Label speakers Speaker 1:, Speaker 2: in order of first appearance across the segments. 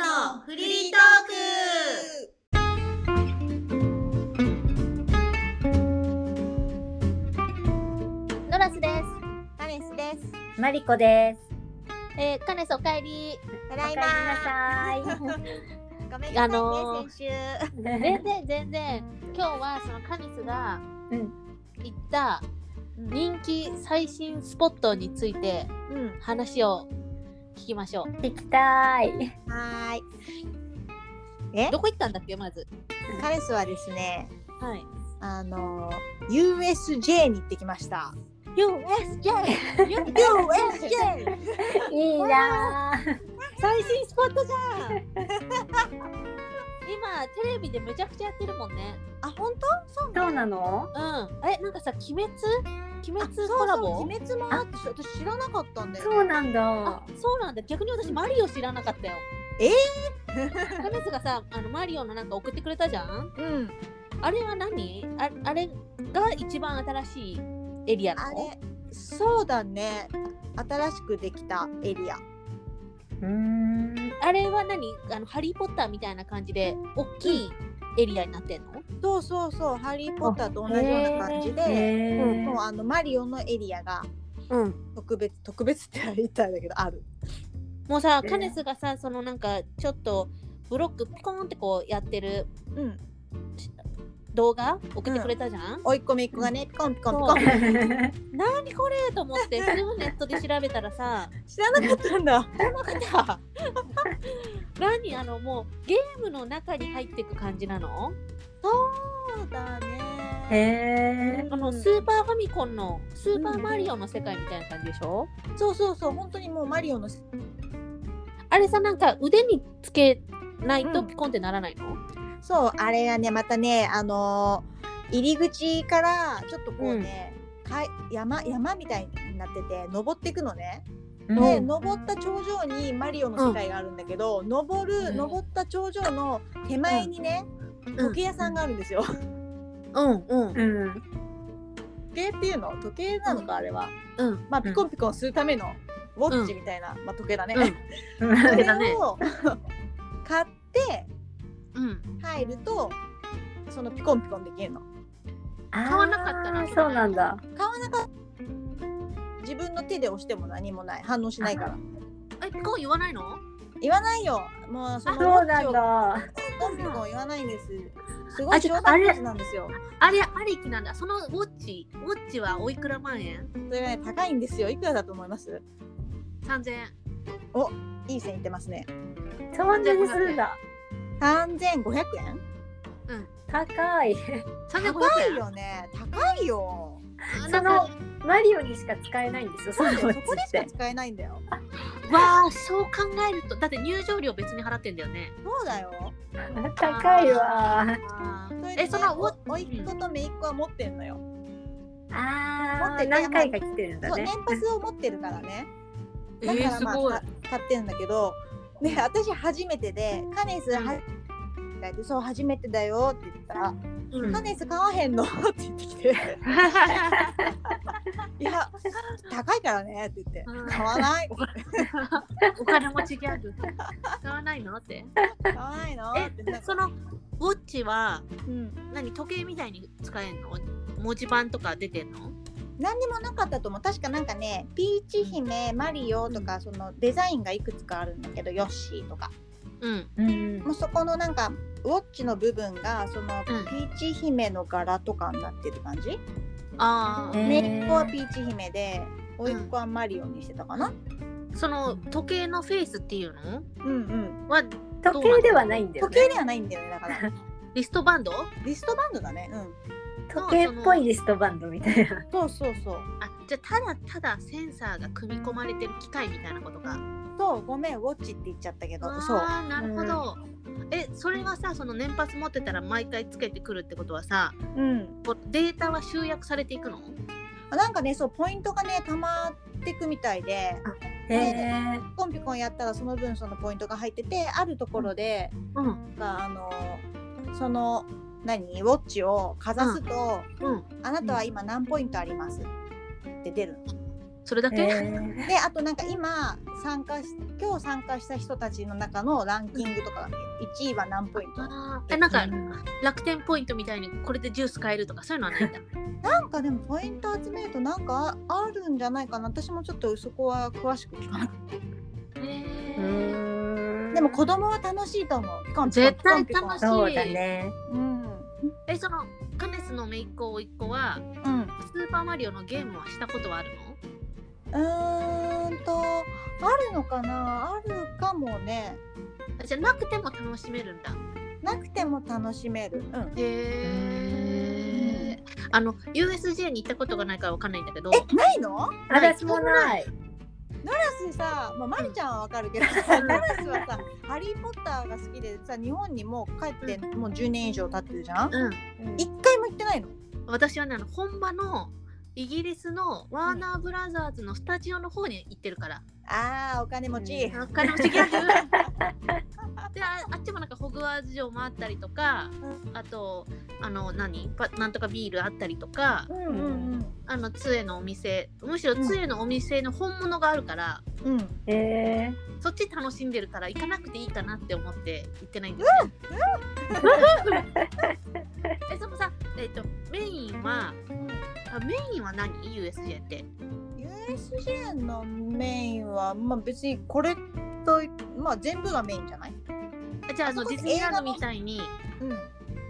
Speaker 1: のフリートーク
Speaker 2: ノラスです。
Speaker 1: カネスです
Speaker 3: マリコです。
Speaker 2: えー、カネスおかえり。
Speaker 1: ただい
Speaker 3: お
Speaker 1: ま
Speaker 3: かえりなさい。
Speaker 1: ごめんなさいね、
Speaker 2: あのー
Speaker 1: 先週
Speaker 2: 全然全然。今日はそのカネスが
Speaker 3: うん
Speaker 2: 行った人気最新スポットについて
Speaker 1: うん
Speaker 2: 話を聞きましょう。
Speaker 3: 行きたい。
Speaker 1: はーいえ
Speaker 2: どこ行ったんだっけまず。
Speaker 1: カネスはですね
Speaker 2: はい。
Speaker 1: あのー USJ に行ってきました
Speaker 2: USJ。
Speaker 1: USJ
Speaker 3: いいなー。
Speaker 1: 最新スポットじゃ ん
Speaker 2: 今テレビでめちゃくちゃやってるもんね。
Speaker 1: あ本当そう
Speaker 3: ど
Speaker 1: な
Speaker 3: う
Speaker 1: の
Speaker 3: なの？
Speaker 2: うん。えなんかさ鬼滅鬼
Speaker 1: あ
Speaker 2: 滅
Speaker 1: そうそう
Speaker 2: コラボ
Speaker 1: 鬼滅もあって私知らなかったんだよ
Speaker 3: そうなんだ
Speaker 2: あ。そうなんだ逆に私マリオ知らなかったよ
Speaker 1: え
Speaker 2: カネスがさあのマリオのなんか送ってくれたじゃん
Speaker 1: うん
Speaker 2: あれは何ああれが一番新しいエリアな
Speaker 1: あ
Speaker 2: の
Speaker 1: れそうだね新しくできたエリア
Speaker 3: うーん。
Speaker 2: あれは何あのハリー・ポッターみたいな感じで大きいエリアになってんの、
Speaker 1: そうそうそう「ハリー・ポッター」と同じような感じで、
Speaker 3: へ
Speaker 1: うん、もう
Speaker 3: ー
Speaker 1: あのマリオのエリアが
Speaker 2: うん、
Speaker 1: 特別特別って言ったんだけどある
Speaker 2: もうさ
Speaker 3: えー
Speaker 2: カネスがさそのなんかちょっとブロックピコーンってこうやってる
Speaker 1: うん
Speaker 2: 動画送ってくれたじゃん、
Speaker 1: おいっ子めいっ子がねピコンピコンピ
Speaker 2: そ
Speaker 1: コ
Speaker 2: う
Speaker 1: ン
Speaker 2: 何これと思ってそれをネットで調べたらさ
Speaker 1: 知らなかったんだ
Speaker 2: 方 何あのもうゲームの中に入っていく感じなの
Speaker 1: そうだ
Speaker 3: へ
Speaker 1: ね
Speaker 3: え。
Speaker 2: あのスーパーファミコンのスーパーマリオの世界みたいな感じでしょ、
Speaker 1: そうそうそう本当にもうマリオの
Speaker 2: あれさなんか腕につけないうと
Speaker 1: ん
Speaker 2: ピコンってならないの、
Speaker 1: そうあれがねまたねあのー入り口からちょっとこうね、かい山山みたいになってて登っていくのねで、
Speaker 3: うん
Speaker 1: 登った頂上にマリオの世界があるんだけど、登
Speaker 2: う
Speaker 1: る
Speaker 2: ん
Speaker 1: 登った頂上の手前にね、
Speaker 2: うん
Speaker 1: 時計屋さんがあるんですよ。
Speaker 2: うんうん
Speaker 3: うん。
Speaker 1: 時計っていうの時計なのか、あれは。
Speaker 2: うん
Speaker 1: まあピコンピコンするためのウォッチみたいな、まあ、時計だね。
Speaker 2: うん
Speaker 1: そ
Speaker 2: れ
Speaker 1: れ
Speaker 2: だね
Speaker 1: を買って
Speaker 2: うん
Speaker 1: 入るとそのピコンピコンできるの。
Speaker 3: 買
Speaker 2: わなかったら
Speaker 3: そうなんだ。
Speaker 1: 買わなか自分の手で押しても何もない反応しないから。
Speaker 2: えピコン言わないの
Speaker 1: 言わないよ。もうそ
Speaker 3: そ
Speaker 1: のウォ
Speaker 3: う
Speaker 1: ッ
Speaker 3: な
Speaker 1: チを
Speaker 3: んだ。
Speaker 1: ピコンピコン言わないんです。すご
Speaker 2: あ
Speaker 1: い
Speaker 2: じゃ
Speaker 1: 冗
Speaker 2: あ
Speaker 1: 談たちなんですよ。
Speaker 2: あれありきなんだそのウォッチウォッチはおいくら万円
Speaker 1: それがね高いんですよ。いくらだと思います？
Speaker 2: 3000円
Speaker 1: いい線いってますね。
Speaker 3: そんなにするんだ。
Speaker 1: 三千五百円？
Speaker 3: 高い。
Speaker 1: 高いよね。高い よ。
Speaker 2: あ
Speaker 3: そ
Speaker 2: なん
Speaker 3: の
Speaker 2: か
Speaker 3: マリオにしか使えないんですよ。そ
Speaker 1: そ
Speaker 3: の
Speaker 1: うだよ
Speaker 3: ウォ
Speaker 1: そ
Speaker 3: ッ
Speaker 1: こで
Speaker 3: チっ
Speaker 1: しか
Speaker 3: て。
Speaker 1: 使えないんだよ。
Speaker 2: わあそう考えるとだって入場料別に払ってんだよね
Speaker 1: そうだよ。
Speaker 3: 高いわー。
Speaker 1: それでね
Speaker 2: えそのウォッ
Speaker 1: おおいっ子とめいっ子は持ってんのよ。持
Speaker 3: あ
Speaker 1: っ
Speaker 3: あ
Speaker 1: てて
Speaker 3: ー。何回か来てるんだ
Speaker 1: そう
Speaker 3: ね
Speaker 1: 年。パスを持ってるからね。
Speaker 2: え
Speaker 1: だか
Speaker 2: ー、
Speaker 1: ら
Speaker 2: す
Speaker 1: まあ、
Speaker 2: ごい
Speaker 1: か買ってんだけど、ね私初めてでカネスは。そう初めてだよって言ったら「
Speaker 2: うん
Speaker 1: カネス買わへんの?」って言ってきて 「いや高いからね」って言って
Speaker 2: うん
Speaker 1: 「買わない」
Speaker 2: お金持ちギャグ使わないのって
Speaker 1: 買わないの?」
Speaker 2: え
Speaker 1: ってなんか
Speaker 2: そのウォッチは
Speaker 1: うん、
Speaker 2: 何時計みたいに使えんの文字盤とか出てんの
Speaker 1: 何にもなかったと思う確かなんかねピーチ姫マリオとかそのデザインがいくつかあるんだけどヨッシーとか
Speaker 2: うん
Speaker 3: うん
Speaker 1: もうそこのなんかウォッチの部分がそのピ
Speaker 2: うん
Speaker 1: ーチ姫の柄とかになってる感じ、
Speaker 2: ああ、
Speaker 3: へー
Speaker 1: めいっ子はピーチ姫でおいっ子はマリオにしてたかな
Speaker 2: その時計のフェイスっていうの
Speaker 1: うんうん
Speaker 2: は
Speaker 3: 時計ではないんだよ
Speaker 1: 時
Speaker 3: ね。
Speaker 1: 計ではないんだよねだから
Speaker 2: リストバンドあ
Speaker 1: リストバンドだねうん
Speaker 3: 時計っぽいリストバンドみたいな。
Speaker 1: そうそうそう
Speaker 2: じゃあただただセンサーが組み込まれてる機械みたいなことか
Speaker 1: そうごめんウォッチって言っちゃったけどそう
Speaker 2: あーなるほど、えそれはさその年パス持ってたら毎回つけてくるってことはさ
Speaker 1: うん
Speaker 2: こうデータは集約されていくの
Speaker 1: なんかねそうポイントがね溜まってくみたいで
Speaker 3: へえ。
Speaker 1: ピコンピコンやったらその分そのポイントが入っててあるところで、
Speaker 2: うん
Speaker 1: なんかあのその何ウォッチをかざすと、
Speaker 2: うん
Speaker 1: あなたは今何ポイントあります?」って出るの
Speaker 2: それだ
Speaker 3: え
Speaker 2: け、
Speaker 3: ー
Speaker 1: であとなんか今参加し今日参加した人たちの中のランキングとかが見える1位は何ポイント
Speaker 2: あーえなんか
Speaker 3: うん
Speaker 2: 楽天ポイントみたいにこれでジュース買えるとかそういうのはないんだ
Speaker 1: なんかでもポイント集めるとなんかああるんじゃないかな私もちょっとそこは詳しく聞かなかっ
Speaker 3: うー
Speaker 1: た
Speaker 3: ん
Speaker 1: でも子供は楽しいと思うピカンピカン
Speaker 2: 絶対
Speaker 1: ピカンピカン
Speaker 2: 楽しい
Speaker 3: そうだね。
Speaker 1: うん
Speaker 2: えそのカネスの姪っ子甥っ子は
Speaker 1: うん
Speaker 2: スーパーマリオのゲームはしたことはある
Speaker 1: う
Speaker 2: の
Speaker 1: ーんとあるのかなあるかもね
Speaker 2: あじゃなくても楽しめるんだ
Speaker 1: なくても楽しめるうん
Speaker 2: へえあの USJ に行ったことがないからわかんないんだけど
Speaker 1: えないの
Speaker 2: ない
Speaker 3: 私もない。
Speaker 1: ナラスさ、まあ、マリちゃんはわかるけどさ、ナラスはさ「ハリー・ポッター」が好きでさ日本にもう帰ってもう10年以上経ってるじゃん
Speaker 2: うん
Speaker 1: 一回も行ってないの
Speaker 2: 私はねあの本場のイギリスのワーナーブラザーズのスタジオの方に行ってるから、
Speaker 1: あーお金持ち、
Speaker 2: あの金持 ちギャグでああっちもなんかホグワーツ城もあったりとか、あとあの何パなんとかビールあったりとか
Speaker 1: うんうん
Speaker 2: あの杖のお店むしろ杖のお店の本物があるから、
Speaker 1: うんうん
Speaker 3: えー
Speaker 2: そっち楽しんでるから行かなくていいかなって思って行ってないんですよ。 えそのさ、えっとメインはあメインは何 USJ って。
Speaker 1: USJ のメインは、まあ、別にこれと、まあ、全部がメインじゃない
Speaker 2: あじゃああの
Speaker 1: あそ
Speaker 2: デ
Speaker 1: こ
Speaker 2: ィズニーランドみたいに
Speaker 1: うん
Speaker 2: ト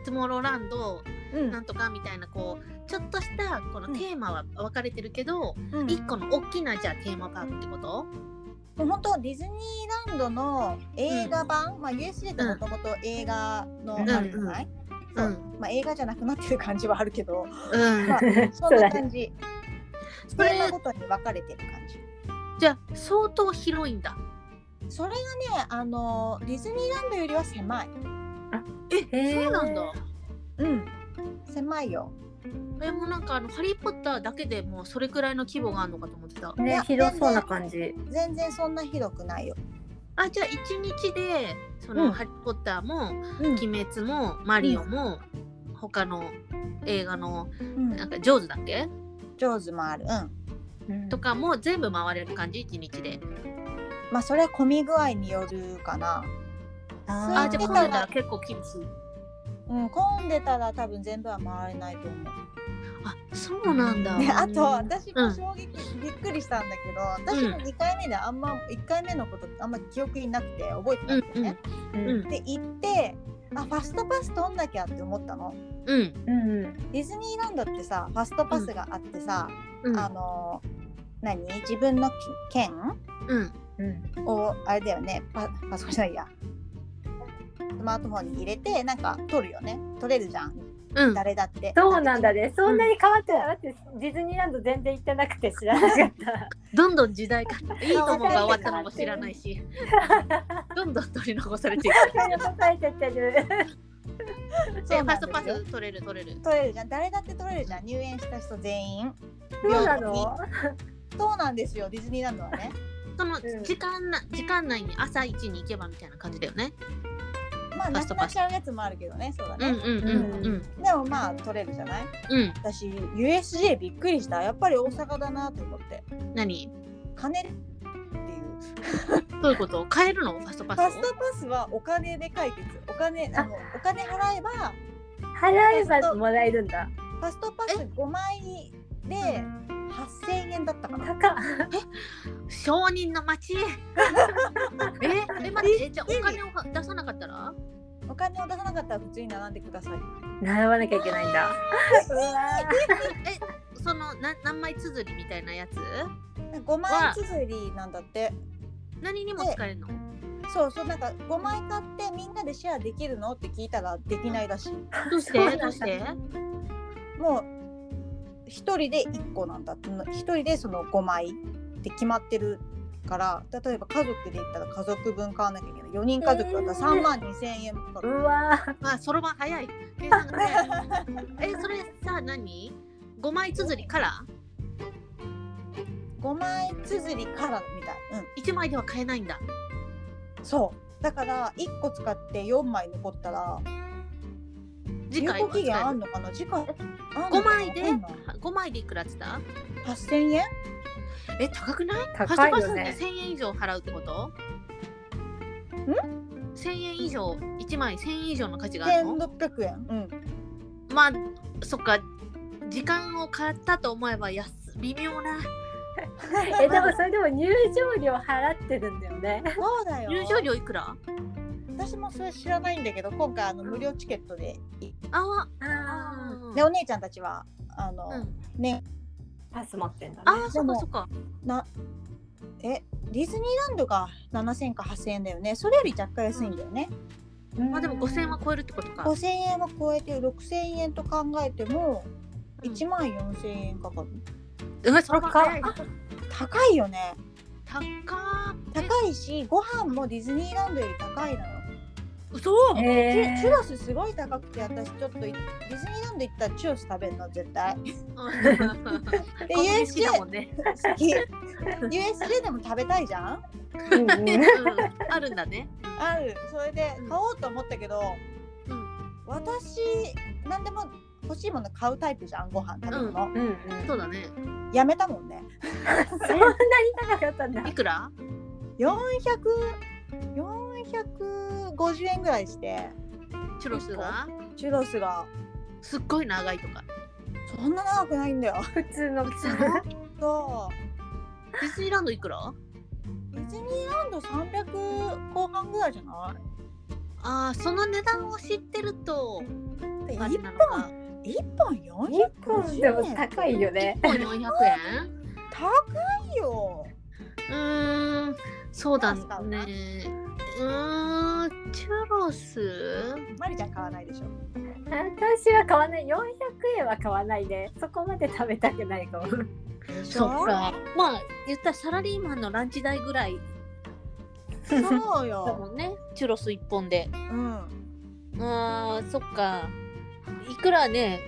Speaker 2: ゥモローランド
Speaker 1: う
Speaker 2: なんとかみたいなこうちょっとしたこの
Speaker 1: うん
Speaker 2: テーマは分かれてるけど、
Speaker 1: うん
Speaker 2: 一個の大きなじゃあテーマパークってこと、
Speaker 1: もう本当ディズニーランドの映画版、まあ、USJ ってもともと映画のあるじゃない、そうまあ、映画じゃなくなってる感じはあるけど、
Speaker 2: うん
Speaker 1: まあ、そんな感じ
Speaker 2: そ
Speaker 1: テ
Speaker 2: れ
Speaker 1: ーマごとに分かれてる感じ
Speaker 2: じゃあ相当広いんだ。
Speaker 1: それがねあのディズニーランドよりは狭い
Speaker 2: え
Speaker 3: へ
Speaker 2: そ
Speaker 3: ー
Speaker 2: うなんだ。
Speaker 1: うん狭いよ
Speaker 2: えもうなんかあのハリー・ポッターだけでもうそれくらいの規模があるのかと思ってた。
Speaker 1: いや
Speaker 3: ね、広そうな感じ。
Speaker 1: 全然そんなひどくないよ、
Speaker 2: あじゃあ一日でその、
Speaker 1: うん
Speaker 2: ハリー・ポッターも
Speaker 1: うん
Speaker 2: 鬼滅もマリオも、他の映画の
Speaker 1: うん
Speaker 2: なんかジョーズだっけ、
Speaker 1: 上手もあるうん
Speaker 2: とかも全部回れる感じ一日で。
Speaker 1: まあそれは混み具合によるかな
Speaker 2: あ
Speaker 1: あ
Speaker 2: じゃあ混んでたら結構厳しい。
Speaker 1: うん混んでたら多分全部は回れないと思う
Speaker 2: あそうなんだ。
Speaker 1: で
Speaker 3: ね
Speaker 1: あと
Speaker 3: うん
Speaker 1: 私も衝撃、びっくりしたんだけど私も2回目であんま1回目のことあんま記憶になくて覚えてなくてね、
Speaker 3: う
Speaker 2: うんん
Speaker 1: で行ってあファストパス取んなきゃって思ったの
Speaker 2: うん
Speaker 3: うん
Speaker 1: ディズニーランドってさファストパスがあってさ、
Speaker 2: うん
Speaker 1: あの何自分のき券
Speaker 2: うん
Speaker 3: うん
Speaker 1: をあれだよねパパソコンじゃないやスマートフォンに入れてなんか取るよね取れるじゃん
Speaker 2: うん。
Speaker 1: 誰だって
Speaker 3: そうなんだね。そんなに変わってない。だってディズニーランド全然行ってなくて知らなかった。
Speaker 2: どんどん時代がいいともが終わったのも知らないし、どんどん取り残されていく。
Speaker 3: 何も書いてってる。
Speaker 2: え
Speaker 1: そう
Speaker 2: ファ
Speaker 1: なん
Speaker 2: スト
Speaker 1: ですよ
Speaker 2: パス取れる取れる。
Speaker 1: 取れるじゃん誰だって取れるじゃん入園した人全員
Speaker 3: そうなの？
Speaker 1: そうなんですよディズニーランドはね
Speaker 2: その
Speaker 3: うん
Speaker 2: 時間な、時間内に朝一に行けばみたいな感じだよね。
Speaker 1: まあ
Speaker 2: ファ
Speaker 1: な
Speaker 2: スト
Speaker 1: く
Speaker 2: パ
Speaker 1: なっ
Speaker 2: ス
Speaker 1: ちゃうやつもあるけどねそうだ
Speaker 2: うん
Speaker 1: ね、
Speaker 2: うんうんうん
Speaker 1: でもまあ取れるじゃない
Speaker 2: うん。
Speaker 1: 私 USJ びっくりしたやっぱり大阪だなと思って
Speaker 2: 何？
Speaker 1: 金っていう
Speaker 2: どういうこと？買えるの？ファストパ
Speaker 1: ファ
Speaker 2: ス
Speaker 1: ス
Speaker 2: を？
Speaker 1: トパスはお金で解決お金あのお金払えば
Speaker 3: 払えばもらえるんだ。
Speaker 1: ファストパス5枚で8000円だったかな
Speaker 3: 高っ。
Speaker 2: 商人の町。え、え、待って、えじゃあお金をは出さなかったら？
Speaker 1: お金を出さなかったら普通に並んでください
Speaker 3: 習わなきゃいけないんだ。うわ
Speaker 2: そのな何枚綴りみたいなやつ？
Speaker 1: 5枚綴りなんだって
Speaker 2: 何にも使えるの？
Speaker 1: そうそうなんか5枚買ってみんなでシェアできるのって聞いたらできないらしい
Speaker 2: どうし
Speaker 3: そうな
Speaker 2: て？
Speaker 3: んだ
Speaker 2: どうして？
Speaker 1: もう一人で1個なんだって一人でその5枚って決まってるから例えば家族で言ったら家族分買わなきゃいけない4人家族だったら3万2000円かか
Speaker 3: ーう
Speaker 1: る
Speaker 3: わ
Speaker 2: あ、そろばん早い。計算 が早いえ、それさ何？五枚綴りから
Speaker 1: 5枚綴りからみたいうん
Speaker 2: 一枚では買えないんだ。
Speaker 1: そうだから1個使って4枚残ったら
Speaker 2: 次
Speaker 1: 有
Speaker 2: 回
Speaker 1: 効
Speaker 2: は使
Speaker 1: 期
Speaker 2: え
Speaker 1: 限あ
Speaker 2: る
Speaker 1: ん。のかな次回
Speaker 2: 5枚で
Speaker 1: うん
Speaker 2: 5枚でいくらっつった
Speaker 1: 8000円
Speaker 2: え高くないファ
Speaker 3: 高いよね
Speaker 2: ストパスって1000円以上払うってことん ?1000 円以上1枚1000円以上の価値があるの
Speaker 1: 1600円うん
Speaker 2: まあそっか時間を買ったと思えば安微妙な
Speaker 3: えでもそれでも入場料払ってるんだよね。
Speaker 1: そうだよ
Speaker 2: 入場料いくら
Speaker 1: 私もそれ知らないんだけど今回あの無料チケットで
Speaker 2: あ
Speaker 3: あ
Speaker 2: あ
Speaker 1: でお姉ちゃんたちはあの、
Speaker 2: うん
Speaker 1: ね
Speaker 3: パス持ってんだね。
Speaker 2: あーそっかそっか
Speaker 1: なえディズニーランドが7000か8000円だよねそれより若干安いんだよね、
Speaker 2: まあでも5000円は超えるってことか
Speaker 1: 5000円は超えて6000円と考えても
Speaker 2: うん
Speaker 1: 1万4000円かかる、
Speaker 2: うわそれは
Speaker 3: 高
Speaker 2: 高
Speaker 3: い
Speaker 2: い
Speaker 1: 高いよね
Speaker 2: 高い
Speaker 1: 高いしご飯もディズニーランドより高いのよ
Speaker 2: 嘘
Speaker 1: チ
Speaker 3: え
Speaker 1: ュチュロスすごい高くて私ちょっといディズニーランド行ったらチュロス食べるの絶 対で
Speaker 2: で USJ
Speaker 1: USJ
Speaker 2: だもんね
Speaker 1: 好き USJ でも食べたいじゃん
Speaker 3: うんうん
Speaker 2: ねうんあるんだね。
Speaker 1: あるそれで
Speaker 2: うん
Speaker 1: 買おうと思ったけど、
Speaker 2: うん、
Speaker 1: 私何でも欲しいもの買うタイプじゃんご飯食べるの、
Speaker 3: うんうん、
Speaker 2: そうだね。
Speaker 1: やめたもんね
Speaker 3: そんなに高かったんだ
Speaker 2: い。くら？
Speaker 1: 400450円ぐらいして
Speaker 2: チュロスが？
Speaker 1: チュロスが
Speaker 2: すっごい長いとか。
Speaker 1: そんな長くないんだよ
Speaker 3: 普通の
Speaker 2: 普通の デ
Speaker 1: そ
Speaker 2: ィズニーランドいくら？
Speaker 1: うディズニーランド300後半ぐらいじゃな
Speaker 2: ああ、その値段を知ってると
Speaker 1: い
Speaker 2: あれな
Speaker 1: 1
Speaker 2: のか。
Speaker 1: 本
Speaker 3: 一本でも
Speaker 1: 450円
Speaker 3: 高いよね。
Speaker 2: 一本400円？
Speaker 1: 高いよ
Speaker 2: うーん、そうだ
Speaker 1: チュロス買う
Speaker 2: ね
Speaker 1: な。
Speaker 2: うーん、チュロス？
Speaker 1: マリちゃん買わないでしょ
Speaker 3: 私は買わない。400円は買わないで、そこまで食べたくないかも。
Speaker 2: そっか。まあ言ったらサラリーマンのランチ代ぐらい
Speaker 1: そう
Speaker 2: だ
Speaker 1: よ
Speaker 2: もんね。チュロス一本 で。
Speaker 1: うん
Speaker 2: あーそっかいくらね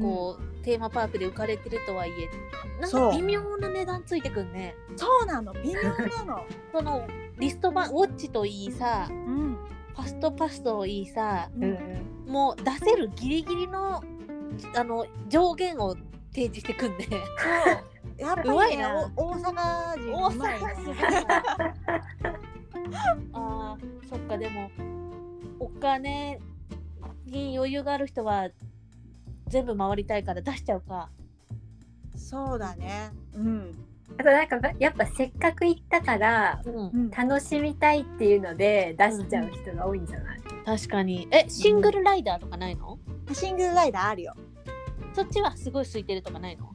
Speaker 2: こう、テーマパークで浮かれてるとはいえなん
Speaker 1: そ
Speaker 2: か
Speaker 1: う
Speaker 2: 微妙な値段ついてくんね
Speaker 1: そうなの微妙な の
Speaker 2: そのリストバンウォッチといいさ
Speaker 1: うん
Speaker 2: パストパストといいさ
Speaker 1: うん
Speaker 3: ん、
Speaker 2: もう出せるギリギリのあの上限を提示してくんね
Speaker 1: そうやっぱ
Speaker 2: うま
Speaker 1: り
Speaker 2: い
Speaker 1: ね
Speaker 2: な
Speaker 1: お大阪人
Speaker 2: 大
Speaker 1: うまいね
Speaker 2: 阪市あーそっかでもお金に余裕がある人は全部回りたいから出しちゃうか
Speaker 1: そうだねうん
Speaker 3: あとなんかやっぱせっかく行ったから
Speaker 2: うん
Speaker 1: うん
Speaker 3: 楽しみたいっていうので出しちゃう人が多いんじゃない、
Speaker 2: 確かにえシングルライダーとかないの、
Speaker 1: シングルライダーあるよ
Speaker 2: そっちはすごい空いてるとかないの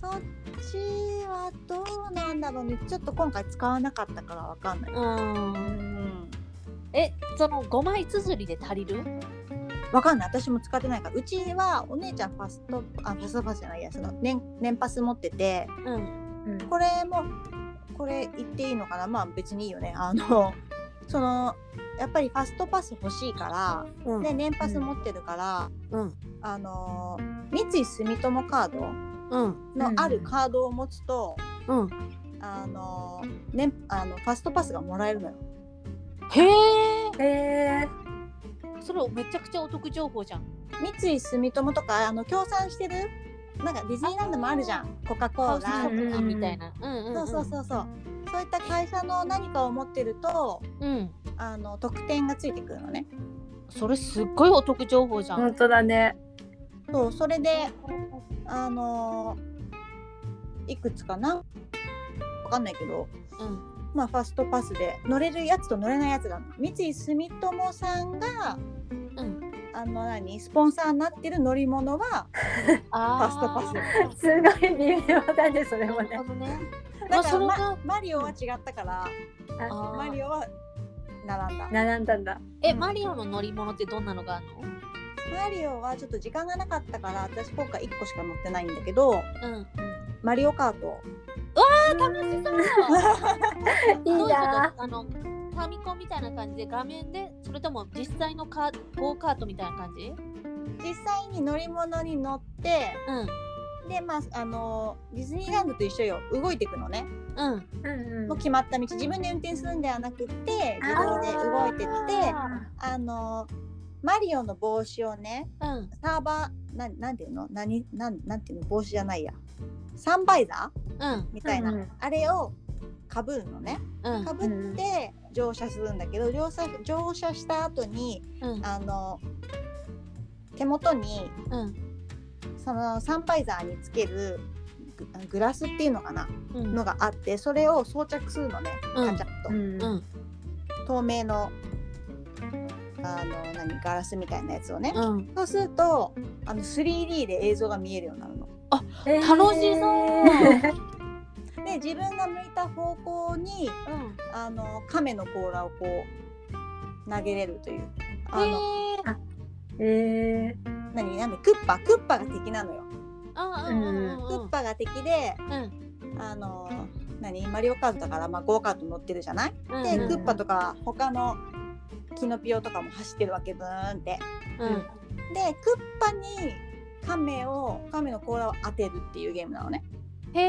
Speaker 1: そっちはどうなんだろうねちょっと今回使わなかったからわかんないうん
Speaker 2: えその5枚綴りで足りる
Speaker 1: わかんない私も使ってないからうちはお姉ちゃんファストあファストパスじゃないやその年年パス持ってて
Speaker 2: うん
Speaker 3: うん
Speaker 1: これもこれ言っていいのかなまあ別にいいよねあのそのやっぱりファストパス欲しいか
Speaker 2: う
Speaker 1: ら、ね、年パス持ってるから、
Speaker 2: うん
Speaker 1: あの三井住友カード
Speaker 2: うん
Speaker 1: のあるカードを持つと、
Speaker 2: うん
Speaker 1: あのね、あのファストパスがもらえるのよ。
Speaker 2: へえ
Speaker 3: え
Speaker 2: それめちゃくちゃお得情報じゃん
Speaker 1: 三井住友とかあの協賛してるなんかディズニーランドもあるじゃんコカ・コ
Speaker 2: ハ
Speaker 1: ー
Speaker 2: ウス
Speaker 1: ラ
Speaker 2: カ
Speaker 3: そう
Speaker 2: ッ
Speaker 3: そ
Speaker 2: プ
Speaker 3: う
Speaker 2: みたいなうんうん
Speaker 1: そうそうそうそうそういった会社の何かを持ってると
Speaker 2: うん、うん、
Speaker 1: あの特典がついてくるのね
Speaker 2: それすっごいお得情報じゃん、
Speaker 3: 本当だね
Speaker 1: そうそれであのいくつかなわかんないけど
Speaker 2: うん
Speaker 1: まあファストパスで乗れるやつと乗れないやつがあるの三井住友さんが
Speaker 2: うん、
Speaker 1: あの何スポンサーになってる乗り物は
Speaker 2: あ
Speaker 1: ファストパス
Speaker 3: すごい微妙だねそれも
Speaker 2: なる
Speaker 3: ね
Speaker 2: ほどねま
Speaker 1: だから
Speaker 2: あそれ
Speaker 1: ま
Speaker 2: が
Speaker 1: マリオは違ったから
Speaker 3: あ
Speaker 2: あ
Speaker 1: マ
Speaker 2: ー
Speaker 1: リオは並んだ
Speaker 3: 並んだんだ
Speaker 2: えマリオの乗り物ってどんなのがあるの
Speaker 1: マリオはちょっと時間がなかったから私今回1個しか乗ってないんだけど
Speaker 2: うん
Speaker 1: マリオカート
Speaker 2: あ楽しそう
Speaker 3: いい
Speaker 2: どういう
Speaker 3: な
Speaker 2: ことあのファミコンみたいな感じで画面でそれとも実際のカーゴーカートみたいな感じ
Speaker 1: 実際に乗り物に乗って
Speaker 2: うん
Speaker 1: でまああのディズニーランドと一緒よ動いていくのね
Speaker 2: うん
Speaker 3: うん
Speaker 1: もう決まった道自分で運転するんではなくって自分で動いてってあのマリオの帽子をね
Speaker 2: うん
Speaker 1: サーバーなんなんていうの何なんなんていうの帽子じゃないやサンバイザー
Speaker 2: うん
Speaker 1: みたいな、
Speaker 3: うん
Speaker 1: あれをかぶるのね
Speaker 2: うん
Speaker 1: かぶって乗車するんだけど乗車乗車した後に
Speaker 2: うん
Speaker 1: あの手元に
Speaker 2: うん
Speaker 1: そのサンバイザーにつけるググラスっていうのかな
Speaker 2: うん
Speaker 1: のがあってそれを装着するのね
Speaker 2: うん
Speaker 1: カチャッと、
Speaker 3: うん
Speaker 2: うん
Speaker 1: 透明のあの何ガラスみたいなやつをね、
Speaker 2: うん
Speaker 1: そうするとあの 3D で映像が見えるようになるの。
Speaker 2: 楽しそう
Speaker 1: で自分が向いた方向に
Speaker 2: うん
Speaker 1: あの亀の甲羅をこう投げれるというあの
Speaker 2: へえ
Speaker 3: えーえ
Speaker 1: 何何クッパクッパが敵なのよ、
Speaker 2: うんうんうん
Speaker 1: ク
Speaker 2: う
Speaker 1: ッ
Speaker 2: ん
Speaker 1: パが敵で
Speaker 2: うん
Speaker 1: あの何マリオカートだから、まあ、ゴーカート乗ってるじゃない
Speaker 2: うん
Speaker 1: で
Speaker 3: うん
Speaker 1: クッパとか他のキノピオとかも走ってるわけブーンって
Speaker 2: うん
Speaker 1: でクッパに亀を亀の甲羅を当てるっていうゲームなのね
Speaker 2: へえ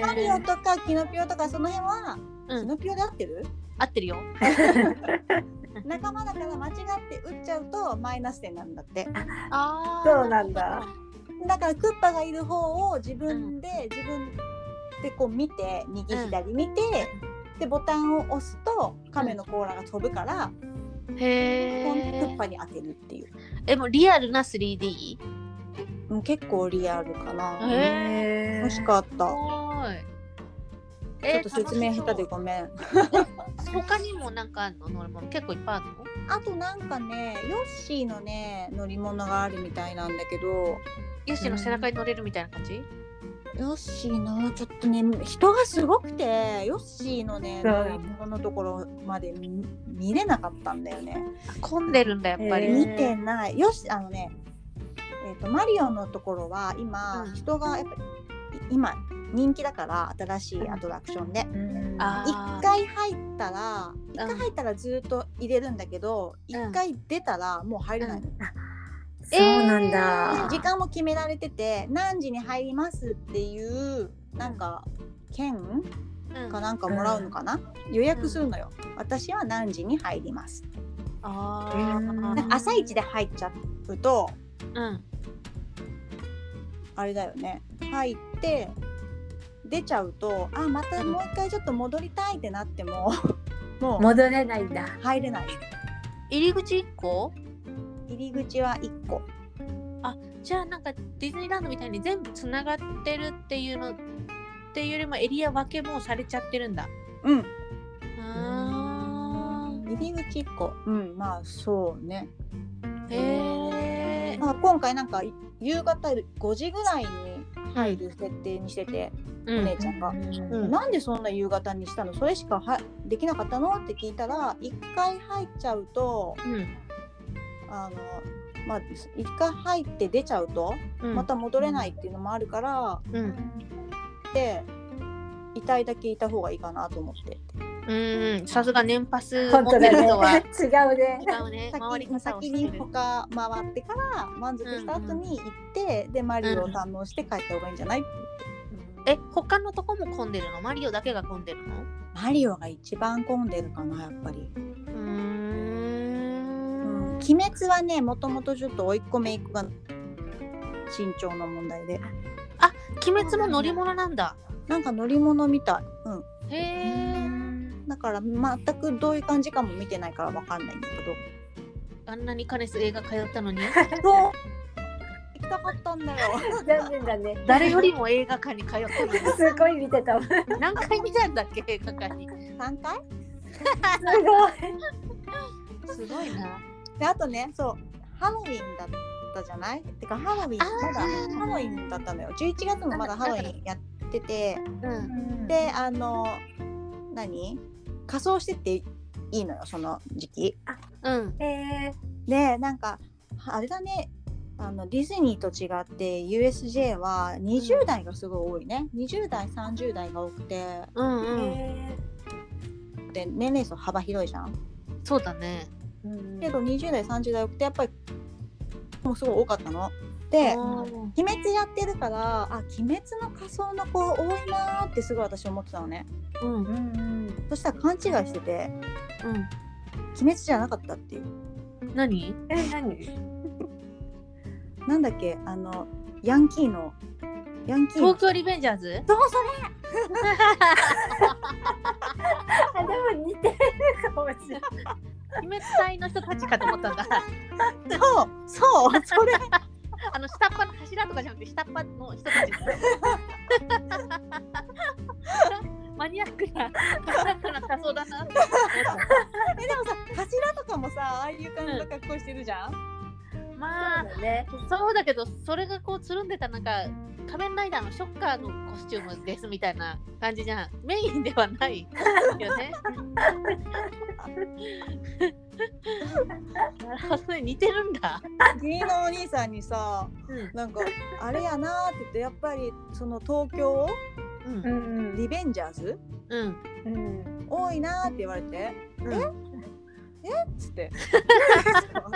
Speaker 3: へー
Speaker 1: マリオとかキノピオとかその辺は、
Speaker 2: うん
Speaker 1: キノピオで合ってる
Speaker 2: 合ってるよ
Speaker 1: 仲間だから間違って打っちゃうとマイナス点なんだって
Speaker 2: あー
Speaker 3: そうなんだ
Speaker 1: だからクッパがいる方を自分で、自分でこう見て右左見て、でボタンを押すと亀の甲羅が飛ぶから、
Speaker 2: へ
Speaker 1: こうクッ
Speaker 2: え
Speaker 1: パに当てるっていう、
Speaker 2: えもうリアルな 3D
Speaker 1: うん、結構リアルかな、
Speaker 2: へえ
Speaker 3: え
Speaker 1: 欲しかった、
Speaker 2: はい
Speaker 1: ちょっと説明下手で
Speaker 2: こ
Speaker 1: ごめん
Speaker 2: 他にもなんかあんの乗り物結構いっぱいあるの
Speaker 1: あとなんかねヨッシーのね乗り物があるみたいなんだけど
Speaker 2: ヨッシーの背中に乗れるみたいな感じ
Speaker 1: ヨッシーのちょっとね人がすごくてヨッシーのね
Speaker 3: そう
Speaker 1: 乗り物のところまで見見れなかったんだよね
Speaker 2: 混んでるんだやっぱ
Speaker 3: へ
Speaker 1: 見
Speaker 2: り
Speaker 3: ー
Speaker 1: てないよしあのねえっ、とマリオのところは今、
Speaker 2: うん
Speaker 1: 人がやっぱり今人気だから新しいアトラクションで
Speaker 2: あ
Speaker 1: 一
Speaker 2: ー
Speaker 1: 回入ったら一回入ったらずっと入れるんだけど一
Speaker 2: うん
Speaker 1: 回出たらもう入れないの、
Speaker 3: そうなんだ、
Speaker 1: 時間も決められてて何時に入りますっていうなんか券
Speaker 2: うん
Speaker 1: かなんかもらうのかな、予約するのよ私は何時に入ります
Speaker 2: あ
Speaker 3: うん
Speaker 1: なん
Speaker 2: ー
Speaker 1: か朝一で入っちゃうと
Speaker 2: うん
Speaker 1: あれだよね入って出ちゃうとあまたもう一回ちょっと戻りたいってなっても もう
Speaker 3: 戻れないんだ
Speaker 1: 入れない
Speaker 2: 入り口1個
Speaker 1: 入り口は1個
Speaker 2: じゃあなんかディズニーランドみたいに全部つながってるっていうのっていうよりもエリア分けもうされちゃってるんだ
Speaker 1: うん
Speaker 2: あ
Speaker 1: 入り口1個うんまあそうね
Speaker 2: ーへえ
Speaker 1: なんか今回なんか夕方5時ぐらいに入る設定にしてて、
Speaker 2: う
Speaker 1: お
Speaker 2: ん
Speaker 1: 姉ちゃんが、
Speaker 2: うん
Speaker 1: なんでそんな夕方にしたのそれしかはできなかったのって聞いたら1回入っちゃうと
Speaker 2: うん
Speaker 1: あのまあ1回入って出ちゃうと
Speaker 2: うん
Speaker 1: また戻れないっていうのもあるから、
Speaker 2: うん
Speaker 1: で遺体だけいた方がいいかなと思って
Speaker 2: うんさすが年パス
Speaker 3: 本
Speaker 2: 持
Speaker 3: 当
Speaker 2: ってるの
Speaker 3: だ
Speaker 2: は
Speaker 3: ね違うね
Speaker 2: 違うね回り
Speaker 1: 先
Speaker 2: 方を
Speaker 1: 先
Speaker 2: して
Speaker 1: に
Speaker 2: る
Speaker 1: 他回ってから満足した後に行って、でマリオを堪能して帰った方がいいんじゃない、
Speaker 2: え他のとこも混んでるのマリオだけが混んでるの
Speaker 1: マリオが一番混んでるかなやっぱり、
Speaker 2: うー
Speaker 1: うんん、鬼滅はねもともとちょっと追い込めいくが身長の問題で
Speaker 2: 鬼滅も乗り物なんだ
Speaker 1: なんか乗り物みたい、うん、
Speaker 2: へえ
Speaker 1: だから全くどういう感じかも見てないからわかんないんだけ
Speaker 2: あんなにカネス映画通ったのに
Speaker 1: どそう行きたかったん だよ
Speaker 3: 残念だね
Speaker 2: 誰よりも映画館に通った のに
Speaker 3: すごい見てたわす
Speaker 2: 何回見たんだっけ映画館に
Speaker 1: 3回
Speaker 3: ごい
Speaker 2: すごいな
Speaker 1: であとねそうハロウィンだったじゃないてかハロウィンまだ
Speaker 2: あー
Speaker 1: ハロウィンだったのよ11月もまだハロウィンやってて
Speaker 2: うん
Speaker 1: であの何仮装してっていいのよその時期
Speaker 2: うん
Speaker 3: え
Speaker 1: でなんかあれだねあのディズニーと違って USJ は20代がすごい多いね20代30代が多くて
Speaker 2: うん
Speaker 3: ー
Speaker 2: うん
Speaker 3: え
Speaker 1: で年齢層幅広いじゃん
Speaker 2: そうだね
Speaker 3: ー
Speaker 1: けど20代30代多くてやっぱりもうすごい多かったので
Speaker 2: うん
Speaker 1: 鬼滅やってるからあ鬼滅の仮装の子多いなーってすごい私思ってたのね
Speaker 2: うん
Speaker 3: うんうん
Speaker 1: そしたら勘違いしてて鬼滅じゃなかったっていう
Speaker 2: 何
Speaker 3: え何
Speaker 1: なんだっけあのヤンキーのヤンキー
Speaker 2: 東京リベンジャーズ
Speaker 3: どうそれあでも似てるかもしれない
Speaker 2: 鬼滅隊の人たちかと思ったんだ。
Speaker 1: そうそうそれ
Speaker 2: あの下っ端の柱とかじゃなくて下っ端の人たち。マニアックな、マニアックな仮装だな。
Speaker 1: えでもさ柱とかもさああいう感じの格好してるじゃん、
Speaker 2: まあ、
Speaker 3: そうだね
Speaker 2: そうだけど、それがこうつるんでたなんか、仮面ライダーのショッカーのコスチュームですみたいな感じじゃん。メインではない よね。なるほどね、似てるんだ。
Speaker 1: 義理のお兄さんにさ
Speaker 2: うん
Speaker 1: なんかあれやなーって言ってやっぱりその東京
Speaker 2: うん
Speaker 3: うん
Speaker 1: リベンジャーズ
Speaker 2: うん。
Speaker 3: うん
Speaker 1: 多いなーって言われて、
Speaker 2: うん
Speaker 1: ええっつ って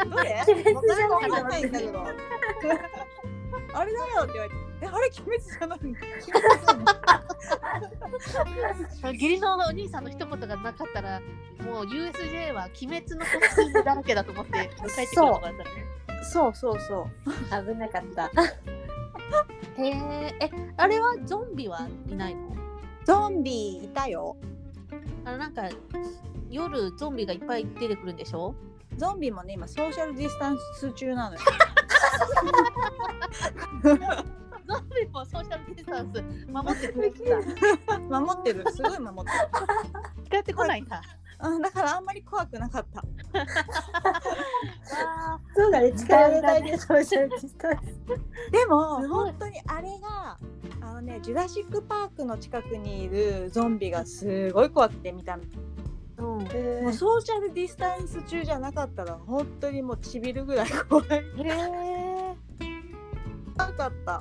Speaker 1: どれ
Speaker 3: 鬼滅じゃないの
Speaker 1: わかんないわかんないんだけど あれだよって言われてえあれ鬼滅じゃないんだ
Speaker 2: 義理のお兄さんの一言がなかったらもう USJ は鬼滅のコスチュームだらけだと思って 帰ってくるのがあった
Speaker 1: そうそうそう
Speaker 3: 危なかった
Speaker 2: ねへええあれはゾンビはいないの
Speaker 1: ゾンビいたよ
Speaker 2: あのなんか夜ゾンビがいっぱい出てくるんでしょ
Speaker 1: ゾンビもね今ソーシャルディスタンス中なのよ
Speaker 2: ゾンビもソーシャルディスタンス守ってくれて た
Speaker 1: 守ってるすごい守ってる
Speaker 2: 近寄ってこないんだ
Speaker 1: うんだからあんまり怖くなかった
Speaker 3: そうだね
Speaker 1: 近寄
Speaker 3: 力
Speaker 1: れ
Speaker 3: れ
Speaker 1: な
Speaker 3: ないい
Speaker 1: ね
Speaker 3: でソーシャルディスタン
Speaker 1: でも
Speaker 2: すごい
Speaker 1: 本当にあれがあのねジュラシック・パークの近くにいるゾンビがすごい怖くて見た目
Speaker 2: うんへ
Speaker 1: もう
Speaker 3: ス
Speaker 1: ソーシャルディスタンス中じゃなかったら本当にもうちびるぐらい怖い
Speaker 2: え
Speaker 1: なかった
Speaker 2: あ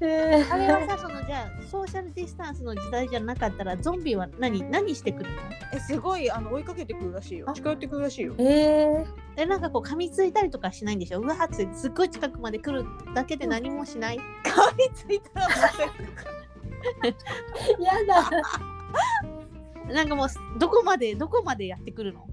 Speaker 2: れはさそのじゃあソーシャルディスタンスの時代じゃなかったらゾンビは何何してくるの
Speaker 1: えすごいあの追いかけてくるらしいよ
Speaker 2: あ
Speaker 1: 近寄ってくるらし いよ
Speaker 3: え
Speaker 2: えなんかこう噛みついたりとかしないんでしょうわーってすっごい近くまで来るだけで何もしない、
Speaker 1: 噛みついたらまた
Speaker 3: やだ
Speaker 2: なんかもうすどこまでどこまでやってくるの、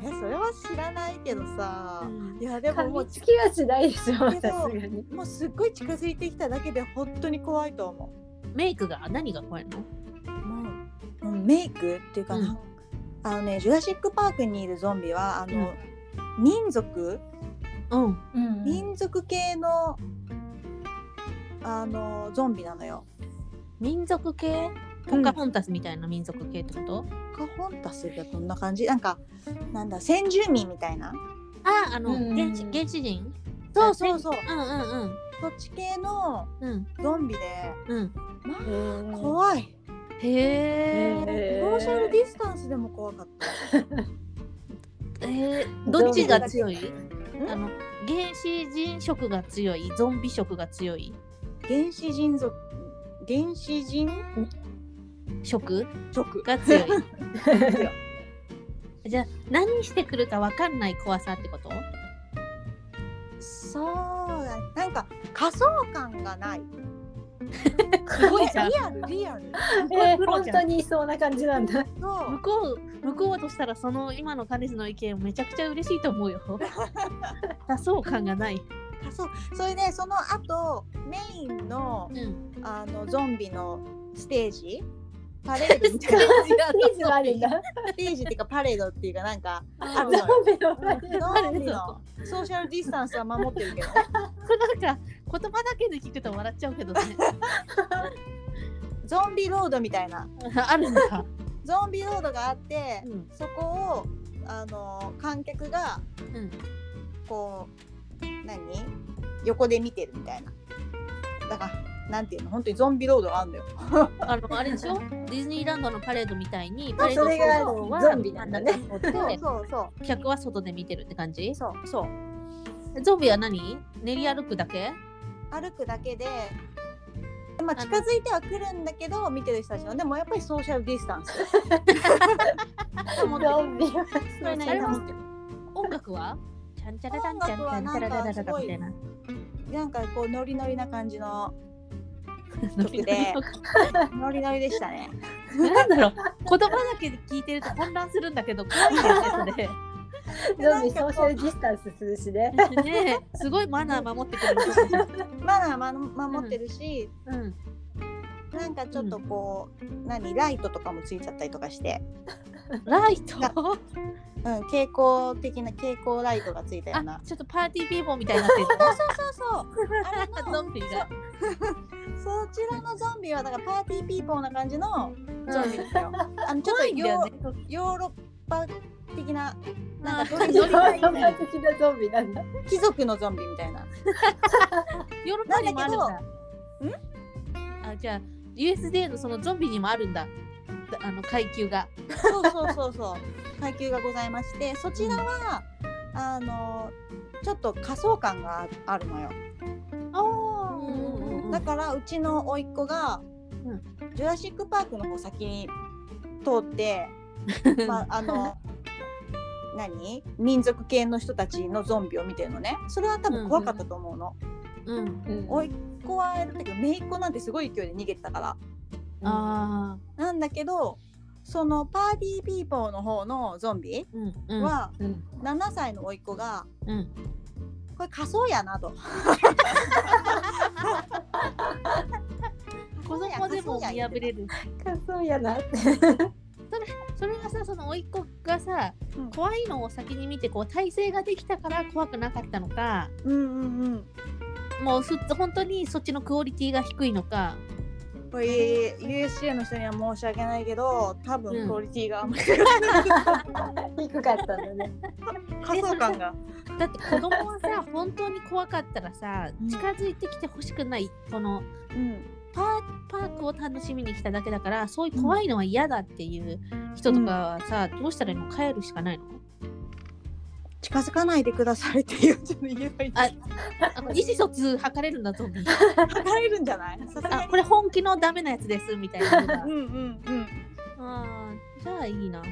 Speaker 1: えそれは知らないけどさいやでも
Speaker 3: 噛
Speaker 1: もう
Speaker 3: みつきはしないでしょさ
Speaker 1: け
Speaker 3: す
Speaker 1: ど
Speaker 3: がに
Speaker 1: もうすっごい近づいてきただけで本当に怖いと思
Speaker 2: メイクが何が怖いの
Speaker 1: う。もうもうメイクっていうか、
Speaker 2: うん
Speaker 1: なんあのねジュラシック・パークにいるゾンビはあの、民族
Speaker 2: うん
Speaker 1: 民族系のあのゾンビなのよ。
Speaker 2: 民族系ポカホンタスみたいな民族系ってこと、
Speaker 1: カホンタスってこんな感じなんかなんだ先住民みたいな
Speaker 2: ああの、
Speaker 3: うん
Speaker 2: 原始原始人
Speaker 1: そうそうそう
Speaker 2: うんうん
Speaker 1: そっち系の
Speaker 2: うんうん
Speaker 1: ゾンビで
Speaker 2: うん
Speaker 3: 怖
Speaker 1: 怖い。
Speaker 2: へえ
Speaker 1: ソーシャルディスタンスでも怖かった。
Speaker 2: えーどっちが強いあの原始人色が強いゾンビ色が強い
Speaker 1: 原始人族原始人
Speaker 2: 色
Speaker 1: 族
Speaker 2: が強いじゃあ何してくるかわかんない怖さってこと
Speaker 1: そうだねなんか仮想感がない。
Speaker 2: すごいじゃ
Speaker 1: リ
Speaker 2: ん
Speaker 1: アルリアル。
Speaker 3: え
Speaker 2: プ
Speaker 3: ー、
Speaker 2: ロ
Speaker 3: 本
Speaker 2: じゃん
Speaker 3: 当にいそうな感じなんだ。
Speaker 1: そう
Speaker 2: 向こう向こうはとしたらその今の彼氏の意見めちゃくちゃ嬉しいと思 うよ。多層感がない。
Speaker 1: 仮想それでその後メインの
Speaker 2: うん。
Speaker 1: あのゾンビのステージパレードみたいな
Speaker 3: クイズがあるんだ。
Speaker 1: ステージっていうかパレードっていうかなんか
Speaker 2: あ
Speaker 1: あ
Speaker 2: そ
Speaker 1: る
Speaker 2: う
Speaker 1: のよ
Speaker 3: ゾンビの前
Speaker 1: ゾンビ
Speaker 3: で
Speaker 1: のソーシャルディスタンスは守ってるけど
Speaker 2: そうなんか言葉だけで聞くと笑っちゃうけど ね。
Speaker 1: ゾンビロードみたいな
Speaker 2: あるんだ。
Speaker 1: ゾンビロードがあって
Speaker 2: うん。
Speaker 1: そこをあの観客が
Speaker 2: うん。
Speaker 1: こう何横で見てるみたいなだからなんていうの本当にゾンビロードがあるんだよ
Speaker 2: あのあれでしょ。ディズニーランドのパレードみたいにパレー
Speaker 3: そ
Speaker 2: ド
Speaker 3: れが
Speaker 2: 方は
Speaker 3: ゾンビなんだね。
Speaker 1: そう そうそ
Speaker 2: 客は外で見てるって感じ
Speaker 1: う。そうそう
Speaker 2: ゾンビは何？練り歩くだけ？
Speaker 1: 歩くだけで、まあ、近づいては来るんだけど見てる人たちのでもやっぱりソーシャルディスタンス守ってる
Speaker 3: ゾンビは
Speaker 1: それなりに守ってる
Speaker 2: 音楽は？チャンチャラダンチャンチャンチャラダダダダみたいな。
Speaker 1: なんかこうノリノリな感じの 曲でノリノリでしたね
Speaker 2: なんだろう言葉だけで聞いてると混乱するんだけど怖いよねそれ
Speaker 3: ゾンビソーシャルディスタンスするしね。
Speaker 2: ねえすごいマナー守ってくれる。
Speaker 1: マナーま守ってるし、
Speaker 3: うん。
Speaker 1: なんかちょっとこう、何ライトとかもついちゃったりとかして、
Speaker 2: ライト。
Speaker 1: うん、蛍光的な蛍光ライトがついたよう
Speaker 2: あ
Speaker 1: な、
Speaker 2: ちょっとパーティーピーポーみたいになってる。
Speaker 1: そうそうあれの
Speaker 2: ゾンビが。
Speaker 1: そちらのゾンビはだからパーティーピーポーな感じのゾンビですよ。 あのちょっと
Speaker 2: 怖いんだ
Speaker 1: ヨ
Speaker 2: よ
Speaker 1: ー,、
Speaker 2: ね。
Speaker 1: ヨーロッパ的ななんかど
Speaker 2: あ
Speaker 1: れ
Speaker 2: ー
Speaker 1: どれ
Speaker 3: ロマン的なゾンビなんだ。
Speaker 1: 貴族のゾンビみたいな。
Speaker 2: ヨーロッパにもあるん
Speaker 1: な
Speaker 2: だ。あじゃあ USJ のそのゾンビにもあるんだ。だあの階級が。
Speaker 1: そうそうそうそう階級がございましてそちらは、あのちょっと仮想感がああるのよ。
Speaker 2: お
Speaker 3: うん
Speaker 1: だからうちの甥っ子が、
Speaker 2: うん
Speaker 1: ジュラシック・パークの方先に通って、まあ、あの何民族系の人たちのゾンビを見てるのねそれは多分怖かったと思うの。
Speaker 2: うん。
Speaker 3: うん
Speaker 1: 甥っ子はあれだったけど姪っ子なんてすごい勢いで逃げてたから。
Speaker 2: ああ。
Speaker 1: なんだけどそのパーティーピーポーの方のゾンビ
Speaker 2: うんうん。
Speaker 1: は
Speaker 3: うん。
Speaker 1: 7歳の甥っ子が
Speaker 2: うん。
Speaker 1: これ仮想やなと。
Speaker 2: 子供でも見破れる。
Speaker 3: 仮想やなって。
Speaker 2: それはさその甥っ子がさ、
Speaker 1: うん
Speaker 2: 怖いのを先に見てこう体勢ができたから怖くなかったのか
Speaker 1: うんうんうん。
Speaker 2: もうふ本当にそっちのクオリティが低いのか
Speaker 1: これ USJ の人には申し訳ないけど多
Speaker 2: う
Speaker 1: 分
Speaker 2: ん
Speaker 1: クオリティがあんまり
Speaker 3: 低かったんだね。
Speaker 1: 仮想感が。
Speaker 2: だって子供 はさ本当に怖かったらさ
Speaker 1: うん
Speaker 2: 近づいてきてほしくないこの
Speaker 1: うん
Speaker 2: パーパークを楽しみに来ただけだからそういう怖いのは嫌だっていう人とかはさ、どうしたらいいの帰るし かないの
Speaker 1: 近づかないでくださいって言うちょっと言えばいい。
Speaker 2: ああ意思疎通図れるんだゾンビ
Speaker 1: 測れるんじゃない？さすが
Speaker 2: あ
Speaker 1: に
Speaker 2: これ本気のダメなやつですみたいなのが
Speaker 1: うんうんうん。
Speaker 2: あーじゃあいいな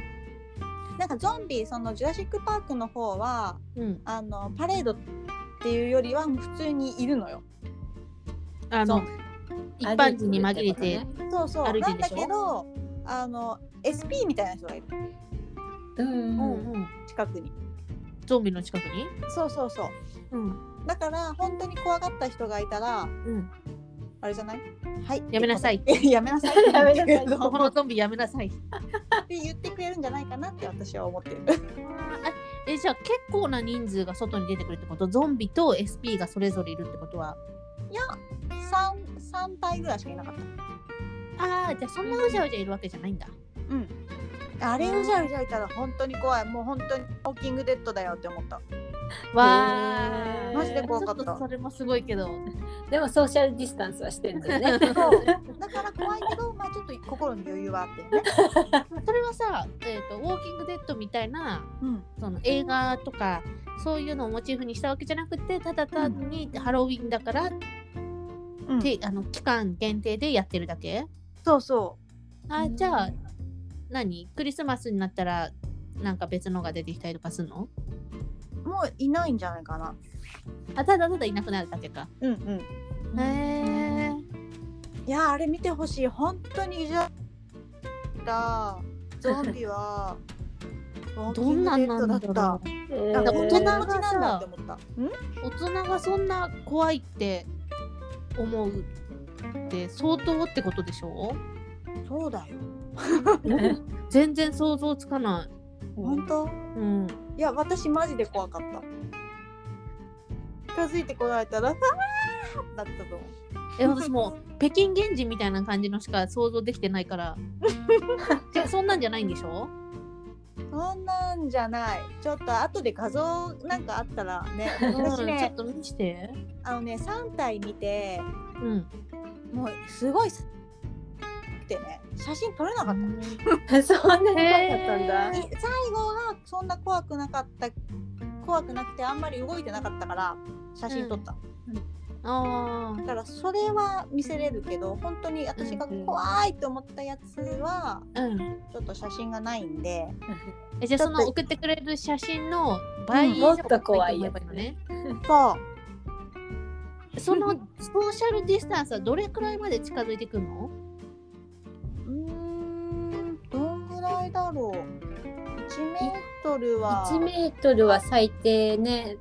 Speaker 1: なんかゾンビそのジュラシックパークの方は
Speaker 2: うん
Speaker 1: あのパレードっていうよりはもう普通にいるのよ。
Speaker 2: あ
Speaker 3: そ
Speaker 2: の
Speaker 3: う
Speaker 2: 一般人に紛れて
Speaker 1: そうそう。
Speaker 2: 歩いて
Speaker 1: な
Speaker 2: る
Speaker 1: ん
Speaker 2: で
Speaker 1: だ
Speaker 2: しょ
Speaker 1: けどあの SP みたいな人がいる
Speaker 3: うん
Speaker 2: うんうん
Speaker 1: 近くに。
Speaker 2: ゾンビの近くに
Speaker 1: そうそうそう。
Speaker 2: うん
Speaker 1: だから本当に怖がった人がいたら
Speaker 2: うん
Speaker 1: あれじゃない？はい。
Speaker 2: やめなさい。
Speaker 1: やめなさい。
Speaker 3: やめなさい
Speaker 2: ここのゾンビやめなさい
Speaker 1: って言ってくれるんじゃないかなって私は思ってる。
Speaker 2: あえじゃあ結構な人数が外に出てくるってことゾンビと SP がそれぞれいるってことは
Speaker 1: 三三体ぐらいしかいなかっ
Speaker 2: ああじゃあそんなうじゃうじゃいるわけじゃないんだ
Speaker 1: た。あれうじゃうじゃいたら本当に怖い。もう本当にウォーキングデッドだよって思った。
Speaker 2: わー
Speaker 3: へー
Speaker 1: マジで怖かった
Speaker 2: ちょとそれもすごいけど
Speaker 3: でもソーシャルディスタンスはしてるんだよね。
Speaker 1: そう。だから怖いけど、まあちょっと心に余裕はあってね。
Speaker 2: それはさ、えーと「ウォーキング・デッド」みたいな
Speaker 1: うん。
Speaker 2: その映画とかそういうのをモチーフにしたわけじゃなくてただ単にハロウィンだからって、
Speaker 1: うん
Speaker 2: あの期間限定でやってるだけ
Speaker 1: そうそ
Speaker 2: あ
Speaker 3: うん
Speaker 2: じゃあ何クリスマスになったらなんか別のが出てきたりとかするの
Speaker 1: う。もういないんじゃないかな。
Speaker 2: あただただいなくなるだけか。
Speaker 1: うんうん。
Speaker 2: へえ。
Speaker 1: いやあれ見てほしい。本当にじゃだゾンビ はウォーキ
Speaker 2: どん
Speaker 1: ング
Speaker 2: な
Speaker 1: デ
Speaker 2: ん
Speaker 1: ッド
Speaker 2: な
Speaker 1: だ
Speaker 2: ん
Speaker 1: っ
Speaker 2: だろ
Speaker 1: た。
Speaker 2: う。
Speaker 1: なんか大人
Speaker 2: が
Speaker 1: 持ちなんだって思った。うん？
Speaker 2: 大人がそんな怖いって思うって相当ってことでしょ
Speaker 1: そうだよ。
Speaker 2: 全然想像つかな
Speaker 1: 本当？
Speaker 2: い。うん。
Speaker 1: いや私マジで怖かった近づいてこられたら「あーだったと思う
Speaker 2: え、私もう北京源氏みたいな感じのしか想像できてない から。じゃあそんなんじゃないんでしょ
Speaker 1: そんなんじゃないちょっと後で画像なんかあったらね
Speaker 2: うん
Speaker 1: 私
Speaker 2: ちょ
Speaker 1: ね
Speaker 2: っと見して。
Speaker 1: あのね3体見て
Speaker 2: うん。
Speaker 1: もうすごいすってね写真撮れなかった、
Speaker 3: そんなに怖かったんだ。
Speaker 2: へー
Speaker 1: 最後はそんな怖くなかった怖くなくてあんまり動いてなかったから写真撮った、
Speaker 2: あ
Speaker 1: だからそれは見せれるけど本当に私が怖いと思ったやつは
Speaker 2: あ。うん。
Speaker 1: ちょっと写真がないんで
Speaker 2: えじゃあその送ってくれる写真の倍以上
Speaker 3: もっと怖い
Speaker 2: や
Speaker 3: や
Speaker 2: っ
Speaker 3: つ
Speaker 2: ぱりね。
Speaker 1: そう
Speaker 2: そのソーシャルディスタンスはどれくらいまで近づいてくるの
Speaker 1: うーんどんぐらいだろう1メートルは
Speaker 3: 1メートルは最低ね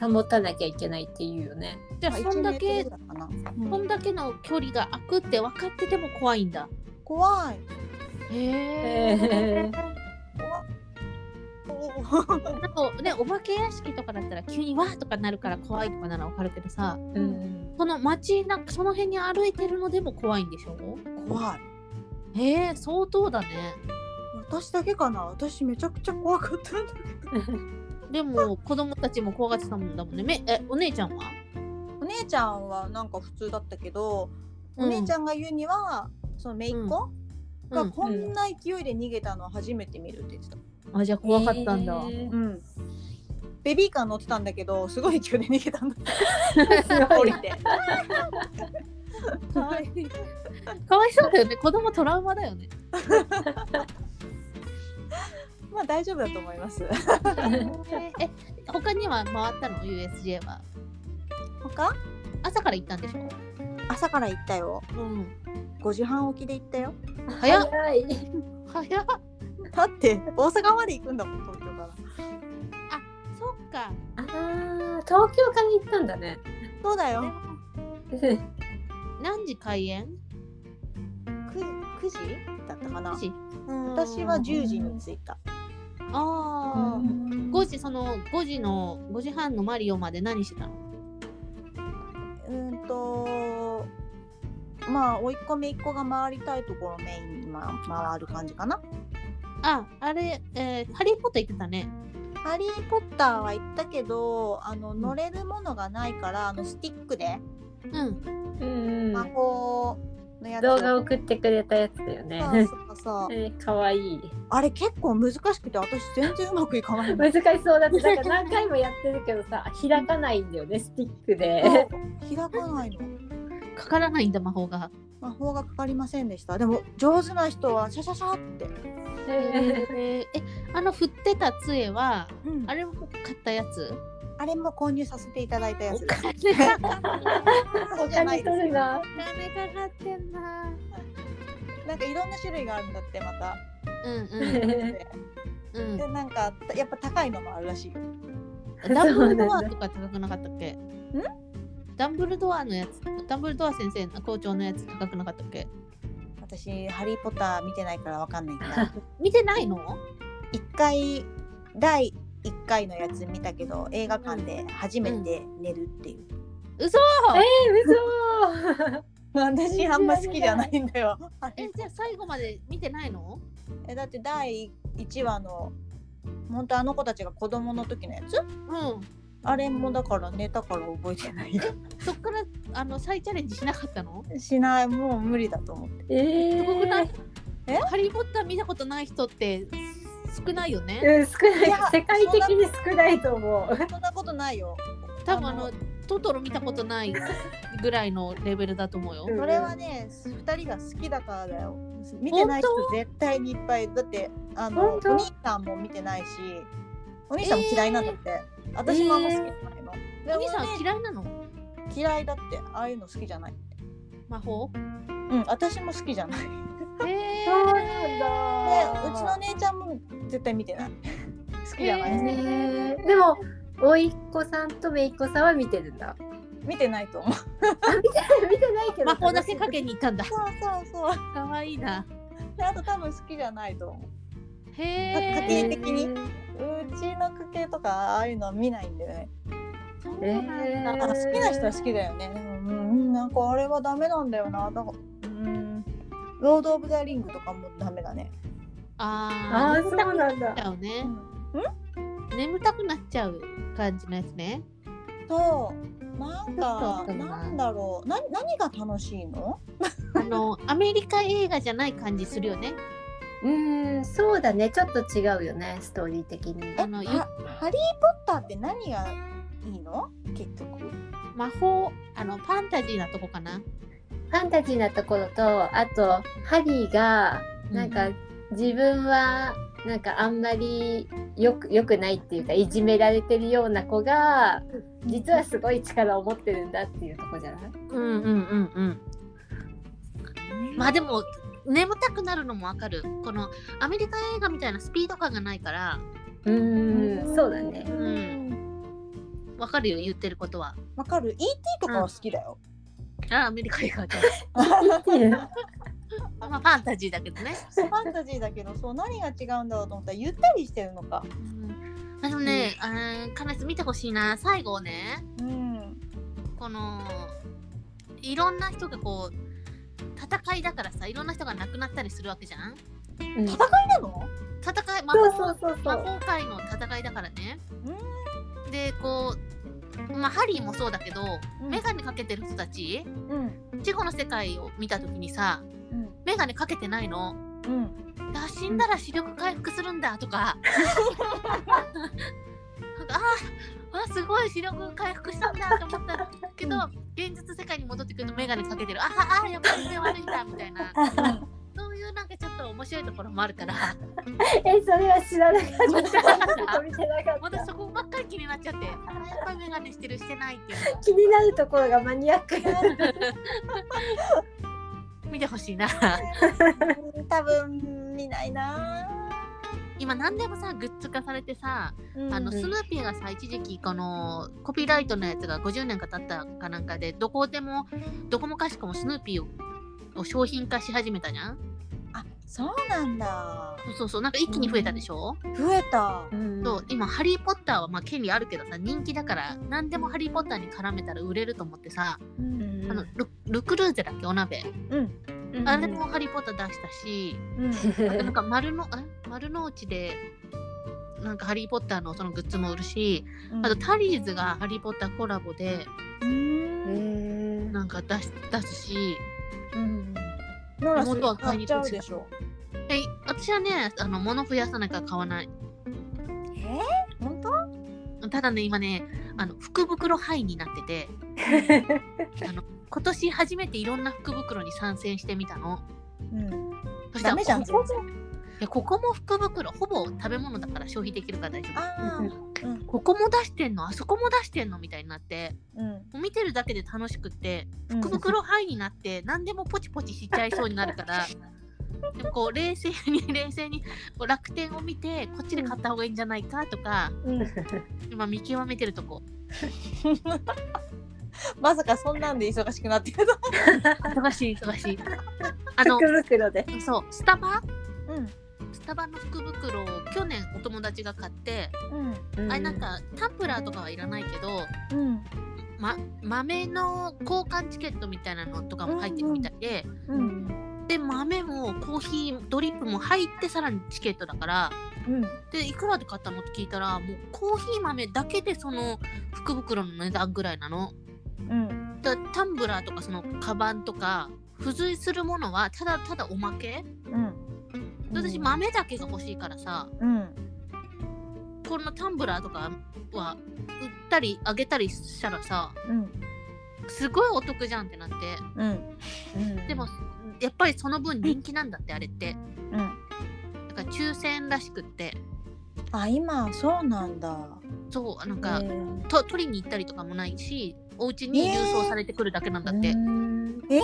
Speaker 1: うん
Speaker 3: 保たなきゃいけないっていうよね
Speaker 2: じゃあそんだけ
Speaker 1: 1メートルぐらいかな
Speaker 2: こんだけの距離が空くって分かってても怖いんだ。
Speaker 1: 怖い
Speaker 2: へ
Speaker 3: え
Speaker 1: 怖っ
Speaker 2: なんかね、お化け屋敷とかだったら急にわーとかなるから怖いとかならわかるけどさ、
Speaker 3: ーうん
Speaker 2: この街なんかその辺に歩いてるのでも怖いんでしょ
Speaker 1: 怖い
Speaker 2: へえ、相当だね。
Speaker 1: 私だけかな私めちゃくちゃ怖かったんだけど
Speaker 2: でも子供たちも怖がってたもんだもんね。めえ、お姉ちゃんは
Speaker 1: お姉ちゃんはなんか普通だったけど、
Speaker 2: うん
Speaker 1: お姉ちゃんが言うにはその姪っ子
Speaker 2: う
Speaker 1: が
Speaker 2: ん、
Speaker 1: こんな勢いで逃げたのは初めて見るって言ってた、
Speaker 2: あ、じゃあ怖かったんだ。
Speaker 3: えー
Speaker 1: うんベビーカー乗ってたんだけどすごい勢いで逃げたんだ降りて
Speaker 2: かわいい。かわいそうだよね。子供トラウマだよね。
Speaker 1: まあ大丈夫だと思います
Speaker 2: え、他には回ったの ?USJ は。
Speaker 1: 他
Speaker 2: 朝から行ったんでしょ
Speaker 1: 朝から行ったよ
Speaker 2: うん。
Speaker 1: 5時半起きで行ったよ
Speaker 2: 早っ
Speaker 3: 早い
Speaker 2: 早っ
Speaker 1: だって大阪まで行くんだもん東京から
Speaker 2: そっか。
Speaker 3: あー東京から行ったんだね
Speaker 1: そうだよ
Speaker 2: 何時開演
Speaker 1: 9, 9時だったかな
Speaker 2: ?9 時。
Speaker 1: 私は10時に着いた
Speaker 2: ああ、5時その5時の5時半のマリオまで何してたの
Speaker 1: うーんとまあ甥っ子姪っ子が回りたいところをメインに、まあ、回る感じかな
Speaker 2: ああれ、えーハリー・ポッター行ってたね
Speaker 1: 「ハリー・ポッター」は行ったけどあの乗れるものがないからあのスティックで
Speaker 2: うん
Speaker 3: うん
Speaker 1: 魔法のやつ
Speaker 3: 動
Speaker 1: を
Speaker 3: 画送ってくれたやつだよね
Speaker 1: そうそうそう
Speaker 3: えー、かわいい
Speaker 1: あれ結構難しくて私全然うまくいかないの
Speaker 3: 難しそうだってなんか何回もやってるけど さ開かないんだよねスティック
Speaker 1: そ
Speaker 3: で
Speaker 1: う開かないの
Speaker 2: かからないんだ魔法が
Speaker 1: 魔法がかかりませんでしたでも上手な人はシャシャシャって、
Speaker 2: ええあの振ってた杖は
Speaker 1: うん
Speaker 2: あれも買ったやつ
Speaker 1: あれも購入させていただいたや
Speaker 2: お
Speaker 1: つです
Speaker 2: 金かか
Speaker 1: そう
Speaker 3: お
Speaker 1: じゃない
Speaker 3: 金
Speaker 1: で
Speaker 3: 取
Speaker 1: す
Speaker 3: るな
Speaker 2: ってんな
Speaker 1: なんかいろんな種類があるんだってまた
Speaker 2: うんうんうん
Speaker 1: でなんかやっぱ高いのもあるらしいよ
Speaker 2: ダンブル
Speaker 3: そう
Speaker 2: ド
Speaker 3: な
Speaker 2: ア
Speaker 3: んだ
Speaker 2: とか高くなかったっけダンブルドアのやつダンブルドア先生の校長のやつ高くなかったっけ
Speaker 1: 私「ハリー・ポッター」見てないからわかんないんだ
Speaker 2: 見てないの
Speaker 1: 一回第一回のやつ見たけど映画館で初めて寝るっていう、
Speaker 2: 嘘
Speaker 3: えー、嘘
Speaker 1: 私あんま好きじゃないんだよ
Speaker 2: えじゃあ最後まで見てないの
Speaker 1: えだって第1話の本当あの子たちが子供の時のやつ
Speaker 2: うん
Speaker 1: あれもだから寝たから覚えてないよ
Speaker 2: そっからあの再チャレンジしなかったの
Speaker 1: しないもう無理だと思って
Speaker 3: えー、
Speaker 2: すごくない
Speaker 1: え
Speaker 2: ハリー・ポッター見たことない人って少ないよね。
Speaker 3: うん、少ないい
Speaker 1: や
Speaker 3: 世界的に少ないと思う。
Speaker 1: そんなことないよ
Speaker 2: 多分あのトトロ見たことないぐらいのレベルだと思うよ。
Speaker 1: それはね、2人が好きだからだよ。見てない人絶対にいっぱい。だって、あの、お
Speaker 3: 本当
Speaker 1: 兄さんも見てないし、お兄さんも嫌いなんだって。私もあんま好きじゃないの。で
Speaker 2: お兄さ
Speaker 1: お
Speaker 2: ん嫌いなの
Speaker 1: 嫌いだって、ああいうの好きじゃない。
Speaker 2: 魔法
Speaker 1: うん、私も好きじゃない。で、
Speaker 2: へえ
Speaker 3: そうなんだ。
Speaker 1: うちの姉ちゃんも絶対見てない。好きじゃない。
Speaker 2: へー
Speaker 3: えーでも、甥いっ子さんと姪っ子さんは見てるん だ。
Speaker 1: 見てないと思う。そ
Speaker 3: 見てないけど。
Speaker 2: 魔法だけかけに行ったんだ。
Speaker 1: うそうそう。
Speaker 2: かわいいな。
Speaker 1: であと多分好きじゃないと思う。
Speaker 2: へ
Speaker 1: 家庭
Speaker 2: え。
Speaker 1: 的にうちの家系とかああいうのは見ないんだよね。
Speaker 2: そう
Speaker 3: え
Speaker 2: なん
Speaker 1: あ
Speaker 2: だ。
Speaker 1: 好きな人は好きだよね。でもうん、なんかあれはダメなんだよな。なんかうん、ロード・オブ・ザ・リングとかもダメだね。
Speaker 2: あ
Speaker 3: ああ、
Speaker 2: あ、
Speaker 3: そ
Speaker 2: 眠
Speaker 3: う
Speaker 2: たくなっ
Speaker 3: なんだ
Speaker 2: ち。ゃうね。
Speaker 1: うん
Speaker 2: 眠たくなっちゃう感じのやつね。
Speaker 1: そう、なんか、
Speaker 2: ちょっと
Speaker 1: なんだろう、な何が楽しいの
Speaker 2: あ の、アメリカ映画じゃない感じするよね。
Speaker 3: うん、そうだね。ちょっと違うよね、ストーリー的に。
Speaker 1: え
Speaker 2: あの
Speaker 1: は
Speaker 2: ゆ
Speaker 1: ハリー・ポッターって何がいいの結局。
Speaker 2: 魔法、あの、ファンタジーなとこかな。
Speaker 3: ファンタジーなところと、あと、ハリーが、なんか、自分は、なんかあんまりよくよくないっていうかいじめられてるような子が実はすごい力を持ってるんだっていうとこじゃない
Speaker 2: うんうんうんうん。まあでも眠たくなるのもわかるこのアメリカ映画みたいなスピード感がないから
Speaker 3: うーん、そうだ ね。
Speaker 2: んわかるよ言ってることは
Speaker 1: わかる ET とかは好きだよ、
Speaker 2: あアメリカ映画だ まあファンタジーだけどね、
Speaker 1: ファンタジーだけどそう何が違うんだろうと思ったらゆったりしてるのか
Speaker 2: うん、あでもね、あーカネス見てほしいな最後ね
Speaker 1: うん
Speaker 2: このいろんな人がこう戦いだからさいろんな人が亡くなったりするわけじゃん
Speaker 3: うん
Speaker 1: なの
Speaker 2: 戦い魔
Speaker 3: そう
Speaker 2: 法
Speaker 3: そうそうそ
Speaker 2: 魔
Speaker 3: う。
Speaker 2: 法界の戦いだからねでこう、まあ、ハリーもそうだけど、
Speaker 1: うん
Speaker 2: メガネかけてる人たち
Speaker 1: うん
Speaker 2: 地方の世界を見た時にさ
Speaker 1: うん
Speaker 2: メガネかけてないの
Speaker 1: うん
Speaker 2: あ死んだら視力回復するんだとかなんかああすごい視力回復したんだと思ったけど現実世界に戻ってくると眼鏡かけてるあああやっぱり目悪いんだみたいなそういうなんかちょっと面白いところもあるから
Speaker 3: え、それは知らなかった。見てなかっ
Speaker 2: 私
Speaker 3: た。
Speaker 2: そこばっかり気になっちゃってあやっぱり眼鏡してるしてないっていう
Speaker 3: 気になるところがマニアック。
Speaker 2: の見てほしいな
Speaker 1: 多分見ないな
Speaker 2: 今何でもさグッズ化されてさ
Speaker 1: うん
Speaker 2: あのスヌーピーがさ一時期このコピーライトのやつが50年か経ったかなんかでどこでもどこもかしこもスヌーピーをを商品化し始めたじゃん
Speaker 1: あそうなんだ
Speaker 2: そうそうそうなんか一気に増えたでしょ、
Speaker 1: 増えた
Speaker 3: うん
Speaker 2: そう今「ハリー・ポッター」はまあ権利あるけどさ人気だから何でも「ハリー・ポッター」に絡めたら売れると思ってさ、
Speaker 1: うん
Speaker 2: あのルルクルーゼだっけお鍋、
Speaker 1: うん
Speaker 2: あれ も「ハリー・ポッター」出したし、
Speaker 1: うん
Speaker 2: あとなんか丸のあ丸の内でなんか「ハリー・ポッター」のそのグッズも売るしあとタリーズが「ハリー・ポッター」コラボで
Speaker 1: うん
Speaker 3: うん
Speaker 2: なんか出し出すし
Speaker 3: うん
Speaker 1: ノラ
Speaker 2: 妹は
Speaker 1: ス
Speaker 2: 買い
Speaker 1: 買
Speaker 2: に
Speaker 1: っちゃ
Speaker 2: 行
Speaker 1: う
Speaker 2: く
Speaker 1: ん
Speaker 2: で
Speaker 1: でしょ
Speaker 2: え私はねあの物増やさないから買わない
Speaker 1: えー、本当
Speaker 2: ただね今ねあの福袋ハイになってて今年初めていろんな福袋に参戦してみたの
Speaker 1: うん
Speaker 2: そしたら
Speaker 1: ダメじゃん
Speaker 2: こ
Speaker 1: 全然
Speaker 2: いやここも福袋ほぼ食べ物だから消費できるから大丈夫
Speaker 1: あー
Speaker 2: ここも出してんのあそこも出してんのみたいになって
Speaker 1: うん
Speaker 2: もう見てるだけで楽しくって
Speaker 1: うん
Speaker 2: 福袋ハイになって何でもポチポチしちゃいそうになるからでもこう冷静に冷静にこう楽天を見てこっちで買った方がいいんじゃないかとか
Speaker 1: うん
Speaker 2: 今見極めてるとこ
Speaker 1: まさかそんなんで忙しくなってると
Speaker 2: 忙しい忙しいあの
Speaker 3: 福袋で。
Speaker 2: そうスタバ
Speaker 1: うん
Speaker 2: スタバの福袋を去年お友達が買って、
Speaker 1: うん
Speaker 2: あれなんかタンプラーとかはいらないけど、
Speaker 1: うん
Speaker 2: ま、豆の交換チケットみたいなのとかも入ってるみたいで、
Speaker 1: う
Speaker 3: うんん。
Speaker 2: で豆もコーヒードリップも入ってさらにチケットだから
Speaker 1: うん
Speaker 2: でいくらで買ったのって聞いたらもうコーヒー豆だけでその福袋の値段ぐらいなの。
Speaker 1: うん
Speaker 2: だタンブラーとかそのカバンとか付随するものはただただおまけ
Speaker 1: うん
Speaker 2: で私豆だけが欲しいからさ、
Speaker 1: うん
Speaker 2: このタンブラーとかは売ったりあげたりしたらさ
Speaker 1: うん
Speaker 2: すごいお得じゃんってなって
Speaker 1: うん
Speaker 2: でもやっぱりその分人気なんだってあれって
Speaker 1: うん
Speaker 2: だから抽選らしくって
Speaker 1: あ今そうなんだ
Speaker 2: そうなん
Speaker 3: う
Speaker 2: か、
Speaker 3: ん。
Speaker 2: と取りに行ったりとかもないしお家に郵送されてくるだけなんだって、
Speaker 3: うん
Speaker 1: え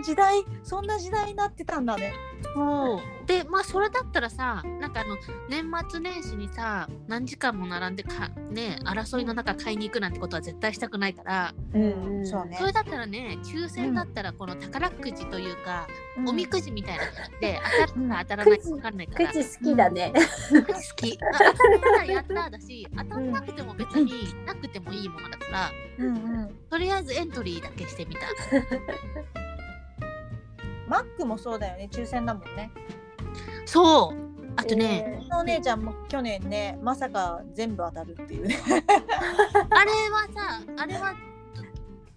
Speaker 1: ー、時代そんな時代になってたんだね
Speaker 2: そうでまあそれだったらさなんかあの年末年始にさ何時間も並んでかね争いの中買いに行くなんてことは絶対したくないから、
Speaker 3: うん
Speaker 1: そうね
Speaker 2: それだったらね抽選だったらこの宝くじというか、おみくじみたいなので当たるか当たらないか分かんないから
Speaker 3: 口好きだね。
Speaker 2: くじ好きあ当たったらやっただし当たんなくても別になくてもいいものだから
Speaker 1: うんうん
Speaker 2: とりあえずエントリーだけしてみた
Speaker 1: マックもそうだよね抽選だもんね
Speaker 2: そうあとね、
Speaker 1: うちのお姉ちゃんも去年ねまさか全部当たるっていうね
Speaker 2: あれはさあれは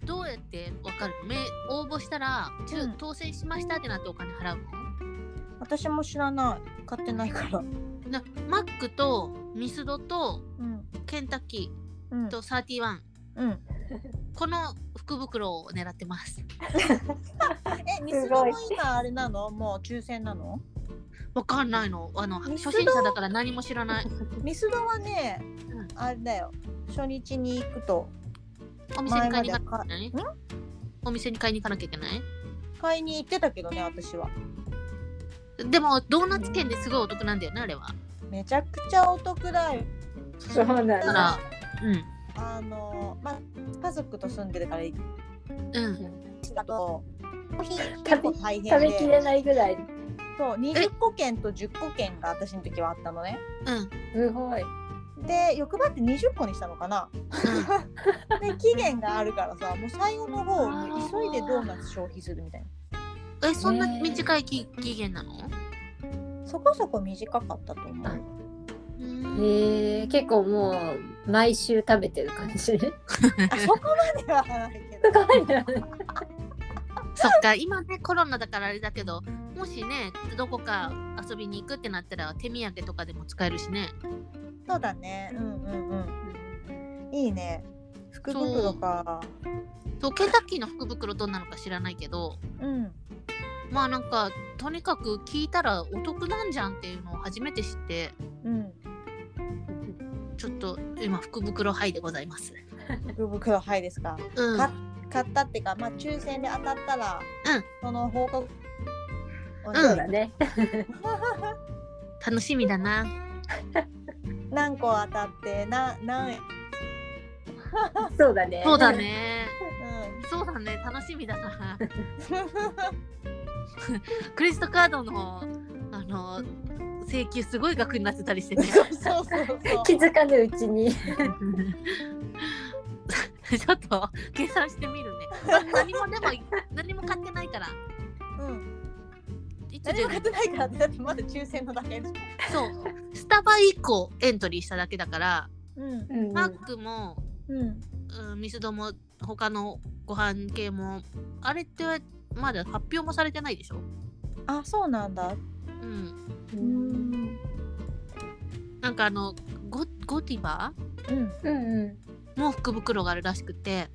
Speaker 2: どどうやって分かるのめ応募したら抽
Speaker 1: うん
Speaker 2: 当選しましたってなってお金払うの
Speaker 1: 私も知らない買ってないから
Speaker 2: なマックとミスドと
Speaker 1: うん
Speaker 2: ケンタッキ
Speaker 1: うん
Speaker 2: ーとサーティワン
Speaker 1: うん
Speaker 2: この福袋を狙ってます
Speaker 1: えミスドも今あれなのもう抽選なの
Speaker 2: わかんないのあの
Speaker 1: ミスド
Speaker 2: 初心者だから何も知 らない
Speaker 1: ミスドはね、
Speaker 2: うん
Speaker 1: あれだよ初日に行くと
Speaker 2: お店に買いに行かなきゃいけないお店に買いに行かなきゃいけない
Speaker 1: 買いに行ってたけどね私は
Speaker 2: でもドーナツ券ですごいお得なんだよねあれは
Speaker 1: めちゃくちゃお得だよ。
Speaker 3: そうなん
Speaker 2: だか
Speaker 3: だ。
Speaker 2: らうん
Speaker 1: あのまあ家族と住んでるから一
Speaker 2: うん
Speaker 1: 日だとコーヒー
Speaker 3: 食べ
Speaker 1: 結構大変
Speaker 3: 食べき
Speaker 1: で
Speaker 3: れないぐらい。
Speaker 1: そう20個券と10個券が私の時はあったのね。
Speaker 2: うんうん
Speaker 3: すごい。
Speaker 1: で欲張って20個にしたのかな。で期限があるから さもう最後の方もう急いでドーナツ消費するみたいな。
Speaker 2: えそんな短い期期限なの
Speaker 1: そこそこ短かったと思う。
Speaker 2: うん
Speaker 3: へえ結構もう毎週食べてる 感じ。
Speaker 1: あそこまではないけど。
Speaker 2: そっか今ねコロナだからあれだけどもしねどこか遊びに行くってなったら手土産とかでも使えるしね
Speaker 1: そうだね。うんうんうん。いいね。福袋か。
Speaker 2: そうケンタッキーの福袋どうなのか知らないけど
Speaker 1: うん。
Speaker 2: まあなんかとにかく聞いたらお得なんじゃんっていうのを初めて知って
Speaker 1: うん。
Speaker 2: ちょっと今福袋ハイでございます。
Speaker 1: 福袋はいですか。
Speaker 2: うん、
Speaker 1: 買っ買ったっていうか、まあ抽選で当たったら、
Speaker 2: うん
Speaker 1: その報告。お
Speaker 2: ん
Speaker 3: そう
Speaker 1: 願い
Speaker 3: だね。
Speaker 2: 楽しみだな。
Speaker 1: 何個当たって、な、何円。
Speaker 3: そうだね。
Speaker 2: そうだ。ね。
Speaker 1: うん。
Speaker 2: そうだね。楽しみだ な。クレジットカードのあの請求すごい額になってたりしてね。
Speaker 1: そうそうそう。
Speaker 3: 気づかぬうちに。
Speaker 2: ちょっと計算してみるね。まあ何もでも何も買ってないから。
Speaker 1: うん。
Speaker 2: 一応
Speaker 1: 何も買ってないから、だってまだ抽選のだけでしょ。
Speaker 2: そう。スタバ1個エントリーしただけだから、
Speaker 1: うん。
Speaker 3: うん
Speaker 2: マックも
Speaker 1: うん。
Speaker 2: うんミスドも他のご飯系もあれってまだ発表もされてないでしょ
Speaker 1: あ、そうなんだ。
Speaker 2: うん
Speaker 3: うん。
Speaker 2: なんかあのゴゴティバ
Speaker 1: うん。
Speaker 3: うん。
Speaker 2: も福袋があるらしくて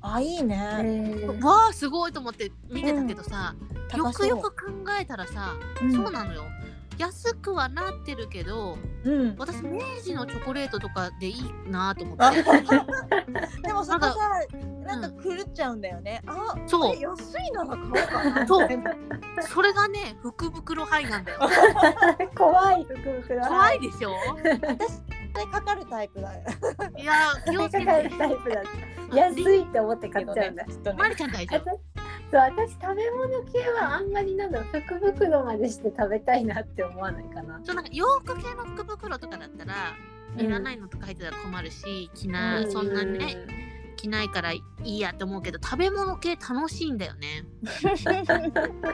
Speaker 1: あ、いい
Speaker 3: へ
Speaker 1: ね。
Speaker 3: ー
Speaker 2: わあすごいと思って見てたけどさ、よくよく考えたらさ、
Speaker 1: 高そう
Speaker 2: そうなのよ安くはなってるけど
Speaker 1: うん。うん。
Speaker 2: 私明治のチョコレートとかでいいなと思っ
Speaker 1: あ
Speaker 2: て
Speaker 1: でもそこさなん
Speaker 2: んか
Speaker 1: か狂っちゃうんだよね。あ、
Speaker 2: そう
Speaker 1: あれ安いなら買おうかな。
Speaker 2: そ
Speaker 1: み
Speaker 2: う
Speaker 1: たいな
Speaker 2: それがね福袋ハイなんだよ
Speaker 3: 怖い。福袋
Speaker 2: 怖い。でしょ
Speaker 1: 私絶対かかるタイプだよ。
Speaker 2: いや気を
Speaker 3: か
Speaker 2: つ け
Speaker 3: かる
Speaker 2: て
Speaker 3: タイプだった。安いと思って買っちゃうんだ。
Speaker 1: きっと
Speaker 2: ま
Speaker 1: ね。
Speaker 2: りちゃん大丈
Speaker 3: 私
Speaker 2: 夫
Speaker 3: そう私食べ物系はあんまりなんだろう福袋までして食べたいなって思わないかな。
Speaker 2: そうなんか洋服系の福袋とかだったら
Speaker 3: うん
Speaker 2: いらないのとか入ってたら困るし着な、そんなね着ないからいいやって思うけど食べ物系楽しいんだよね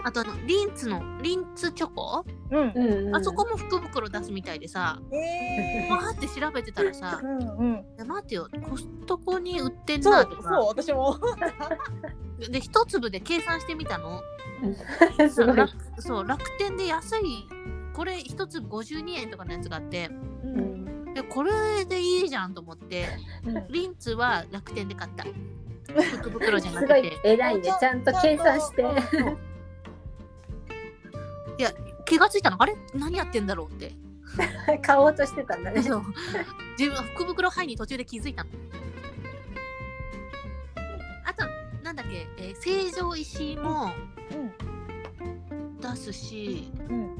Speaker 2: あとあのリンツのリンツチョコ、
Speaker 1: うん
Speaker 3: う。ん。うんうん。
Speaker 2: あそこも福袋出すみたいでさ
Speaker 1: え
Speaker 2: わーって調べてたら
Speaker 1: ー
Speaker 2: さ
Speaker 1: うんうん。
Speaker 2: いや待ってよコストコに売ってん
Speaker 1: そ
Speaker 2: な
Speaker 1: う
Speaker 2: と
Speaker 1: そう
Speaker 2: か
Speaker 1: 私も。
Speaker 2: で一粒で計算してみたの
Speaker 3: すごい。
Speaker 2: 楽そう楽天で安いこれ一粒52円とかのやつがあって
Speaker 1: う
Speaker 3: うんん
Speaker 2: でこれでいいじゃんと思って
Speaker 1: うん
Speaker 2: リンツは楽天で買った。福袋じゃな
Speaker 3: す
Speaker 2: く
Speaker 3: ご
Speaker 2: て。
Speaker 3: い偉いね。ちゃんと計算して。
Speaker 1: うん
Speaker 2: 気がついたの、あれ何やってんだろうって。
Speaker 3: 買おうとしてたんだね。
Speaker 2: そう自分福袋範囲に途中で気づいたの。あと、なんだっけ、えー成城石井も出すし、
Speaker 1: うん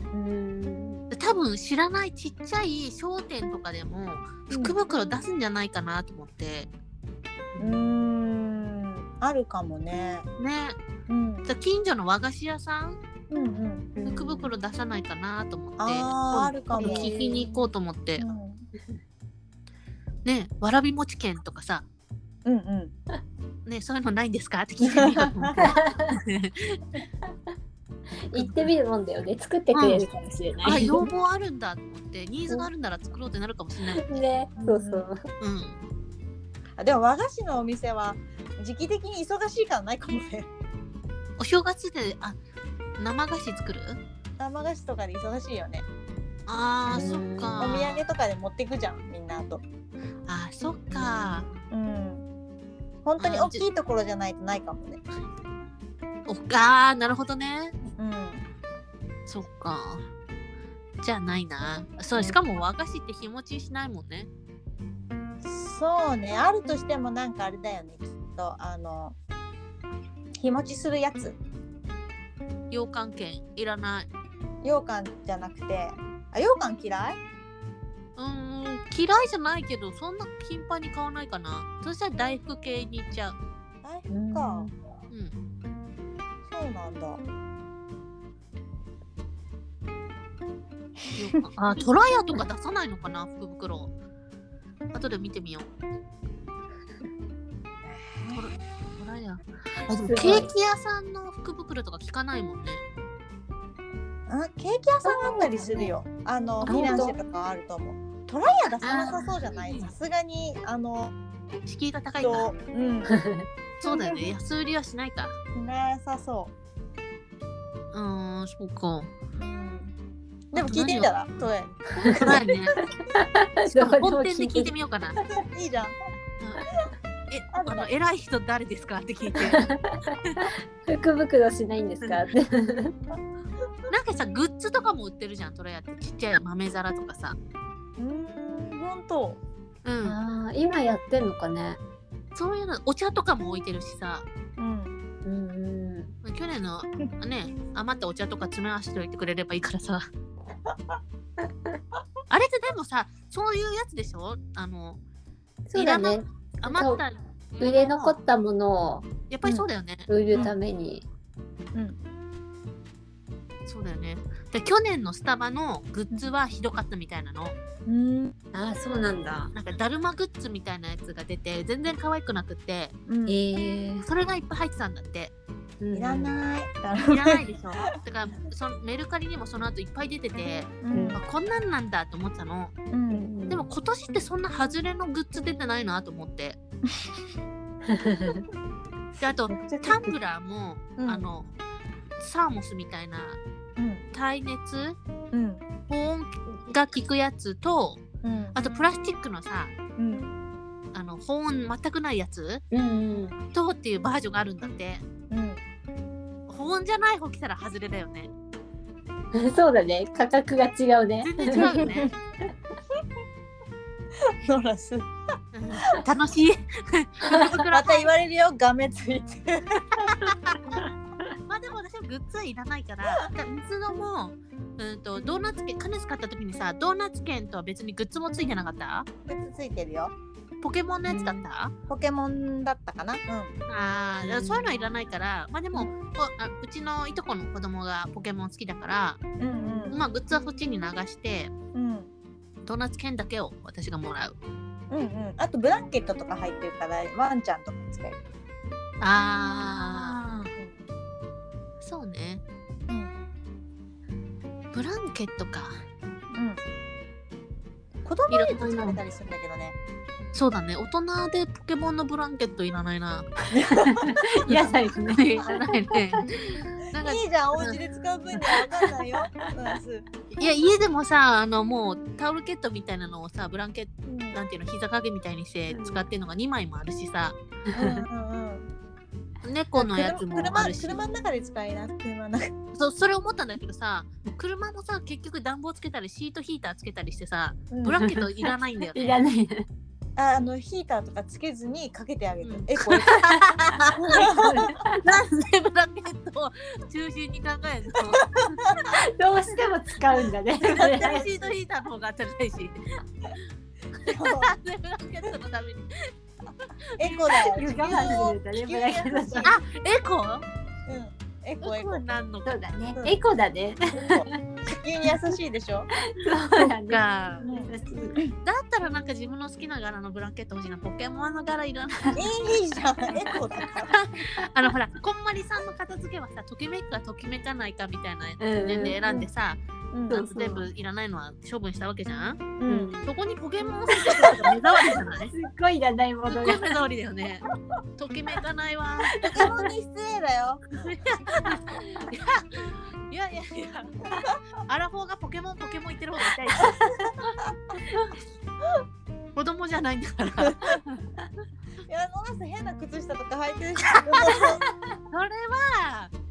Speaker 3: うん。
Speaker 2: 多分知らないちっちゃい商店とかでも福袋出すんじゃないかなと思って。
Speaker 1: うん。うーん。あるかもね。
Speaker 2: ね。
Speaker 1: うん
Speaker 2: だ近所の和菓子屋さん、
Speaker 1: うんうん。
Speaker 2: 福袋出さないかなと思って。
Speaker 1: あーあるかも。
Speaker 2: 聞きに行こうと思って。
Speaker 1: う
Speaker 2: ねわらび餅券とかさ、
Speaker 1: んうんうん。
Speaker 2: ねそういうのないんですかって聞いてみようと思って
Speaker 3: 行ってみるもんだよね。作ってくれるかもしれない。
Speaker 2: あ要望あるんだと思ってニーズがあるんなら作ろうってなるかもしれない。
Speaker 3: ね、そうそう。
Speaker 2: うん
Speaker 1: あでも和菓子のお店は時期的に忙しいからないかもね。
Speaker 2: お正月であ生菓子作る
Speaker 1: 生菓子とかで忙しいよね。
Speaker 2: あー
Speaker 3: うん
Speaker 2: そっ
Speaker 1: お
Speaker 2: か
Speaker 1: 土産とかで持ってくじゃんみんなあと。
Speaker 2: あーそっか
Speaker 1: うん。本当に大きいところじゃないとないかもね。
Speaker 2: おっかなるほどね
Speaker 1: うん。
Speaker 2: そっかじゃあないなそうしかも和菓子って日持ちしないもんね
Speaker 1: そうね。あるとしてもなんかあれだよね。きっとあの日持ちするやつ。
Speaker 2: 洋館券いらない
Speaker 1: 羊羹じゃなくてあ羊羹嫌い
Speaker 2: うん嫌いじゃないけどそんな頻繁に買わないかなそしたら大福系に行っちゃう
Speaker 1: 大福か、
Speaker 2: うん
Speaker 1: そうなんだ
Speaker 2: よく あトライアとか出さないのかな福袋後で見てみようトライアあでも
Speaker 3: すごい
Speaker 2: ケーキ屋さんの福袋とか聞かないもんね
Speaker 1: あケーキ屋さんあったりするよあの
Speaker 2: あ
Speaker 1: フィナンシェとかあると思うトライア出さなさそうじゃな
Speaker 2: あ
Speaker 1: い
Speaker 2: ー
Speaker 1: さすがにあの
Speaker 2: 敷居が高いから
Speaker 1: 人うん
Speaker 2: そうだよね安売りはしないか
Speaker 1: しなさそう
Speaker 2: ーんそう か
Speaker 1: う、うん、でも聞いてみたらトライ
Speaker 2: トライアね本店で聞いてみようかな
Speaker 1: アいいじゃん
Speaker 2: え あの偉い人誰ですかって聞いて
Speaker 3: 福袋しないんですかって。
Speaker 2: なんかさグッズとかも売ってるじゃんトライアってちっちゃい豆皿とかさ
Speaker 1: うん本当
Speaker 2: うん
Speaker 3: ああ、今やってんのかね。
Speaker 2: そういうのお茶とかも置いてるしさ
Speaker 1: うん
Speaker 3: うんう
Speaker 2: 去年のね余ったお茶とか詰め合わせておいてくれればいいから さあれってでもさそういうやつでしょあの
Speaker 3: ん。そうだ
Speaker 2: いら
Speaker 3: ね。
Speaker 2: 余った
Speaker 3: 売れ残ったものを
Speaker 2: やっぱりそうだよね、
Speaker 3: 売るために。
Speaker 2: そうだよねで去年のスタバのグッズはひどかったみたいなの
Speaker 1: うん
Speaker 3: ああ、そうなんだ。
Speaker 2: なんかだるまグッズみたいなやつが出て全然可愛くなくて
Speaker 1: うんい
Speaker 3: ええ
Speaker 2: それがいっぱい入ってたんだって
Speaker 1: ら
Speaker 3: い。
Speaker 1: ない
Speaker 2: いらないでしょ だからそのメルカリにもその後いっぱい出てて、
Speaker 1: うん
Speaker 2: あこんなんなんだと思ってたの
Speaker 1: うん
Speaker 2: でも今年ってそんな外れのグッズ出てないなと思ってであとタンブラーも、
Speaker 1: うん
Speaker 2: あのサーモスみたいな
Speaker 1: うん
Speaker 2: 耐熱
Speaker 1: うん
Speaker 2: 保温が効くやつと
Speaker 1: うん
Speaker 2: あとプラスチックのさ
Speaker 1: うん
Speaker 2: あの保温全くないやつ
Speaker 3: うんうん。
Speaker 2: とっていうバージョンがあるんだって
Speaker 1: うん
Speaker 2: 保温じゃない方来たら外れだよね
Speaker 3: そうだね。価格が違うね。
Speaker 2: 全然違うよね
Speaker 1: ノラス
Speaker 2: うん楽しい
Speaker 1: また言われるよ画面ついて
Speaker 2: まあでも私はグッズはいらないから、だ水野も、うんと、ドーナツ券、カネス買った時にさ、ドーナツ券とは別にグッズもついてなかった
Speaker 1: 別ついてるよ
Speaker 2: ポケモンのやつだった、
Speaker 1: ポケモンだったかな
Speaker 2: ああ、そういうのはいらないから、まあでも、
Speaker 1: う
Speaker 2: こあうちのいとこの子供がポケモン好きだから、
Speaker 1: うんうん
Speaker 2: まあグッズはそっちに流して、
Speaker 1: うん
Speaker 2: ドーナツ券だけを私がもらう。
Speaker 1: うんうんあとブランケットとか入ってるからワンちゃんとか使える
Speaker 2: ああ、そうね。
Speaker 1: うん
Speaker 2: ブランケットか。
Speaker 1: うん子供いると使えたりするんだけどね
Speaker 2: そうだね。大人でポケモンのブランケットいらないな。
Speaker 3: いらな いですね。
Speaker 2: いらないね。なんか
Speaker 1: いいじゃんお家で使う分にはわかんないよノラス
Speaker 2: いや家でもさあのもうタオルケットみたいなのをさブランケット
Speaker 1: うん
Speaker 2: なんていうの膝掛けみたいにして使ってるのが2枚もあるしさ
Speaker 1: うんうんうん
Speaker 2: 猫のやつも
Speaker 1: 車
Speaker 2: あるし
Speaker 1: 車の中で使いな車の中
Speaker 2: そうそれ思ったんだけどさ車もさ結局暖房つけたりシートヒーターつけたりしてさブランケットいらないんだよね
Speaker 3: いらない。
Speaker 1: ああのヒーターとかつけずにかけてあげて、
Speaker 2: うん
Speaker 1: えこ れ
Speaker 2: なんでブランケットを中心に考えるの
Speaker 3: どうしても使うんだ ね。
Speaker 2: 絶対シートヒーターの方が高いしなんでブランケットのために
Speaker 1: エコだよ地球
Speaker 3: 我慢するんだ
Speaker 1: を
Speaker 3: ね
Speaker 1: 地球
Speaker 3: ブランケット
Speaker 1: に優しい
Speaker 2: あエコ
Speaker 1: うんエコエ
Speaker 2: エコ
Speaker 1: コ
Speaker 2: になんのか
Speaker 3: そうだね。エコだね。
Speaker 1: 地球に優しいでしょ、
Speaker 3: そうだね。
Speaker 2: か
Speaker 3: 優しい
Speaker 2: だったらなんか自分の好きな柄のブランケット欲しいなポケモンの柄いらない
Speaker 1: いいじゃんエコだから
Speaker 2: あのほらこんまりさんの片付けはさときめくかときめかないかみたいな
Speaker 3: うんうん
Speaker 2: 年で選んでさ、
Speaker 1: うん
Speaker 3: そう
Speaker 2: 夏全部いらないのは処分したわけじゃん、
Speaker 1: う
Speaker 3: うん
Speaker 1: ん、
Speaker 2: そこにポケモンをすることが目障りじゃ ない
Speaker 3: すっごいいらないも
Speaker 2: すっ
Speaker 3: の
Speaker 2: ご
Speaker 3: が
Speaker 2: い。目障りだよねときめかないわ
Speaker 1: ポケモンに失礼だよ
Speaker 2: いやいやいやいやアラフォーがポケモンポケモン言ってる方が痛いし子供じゃないんだ からそれ
Speaker 1: いやノラス変な靴下とか履いてるし
Speaker 2: は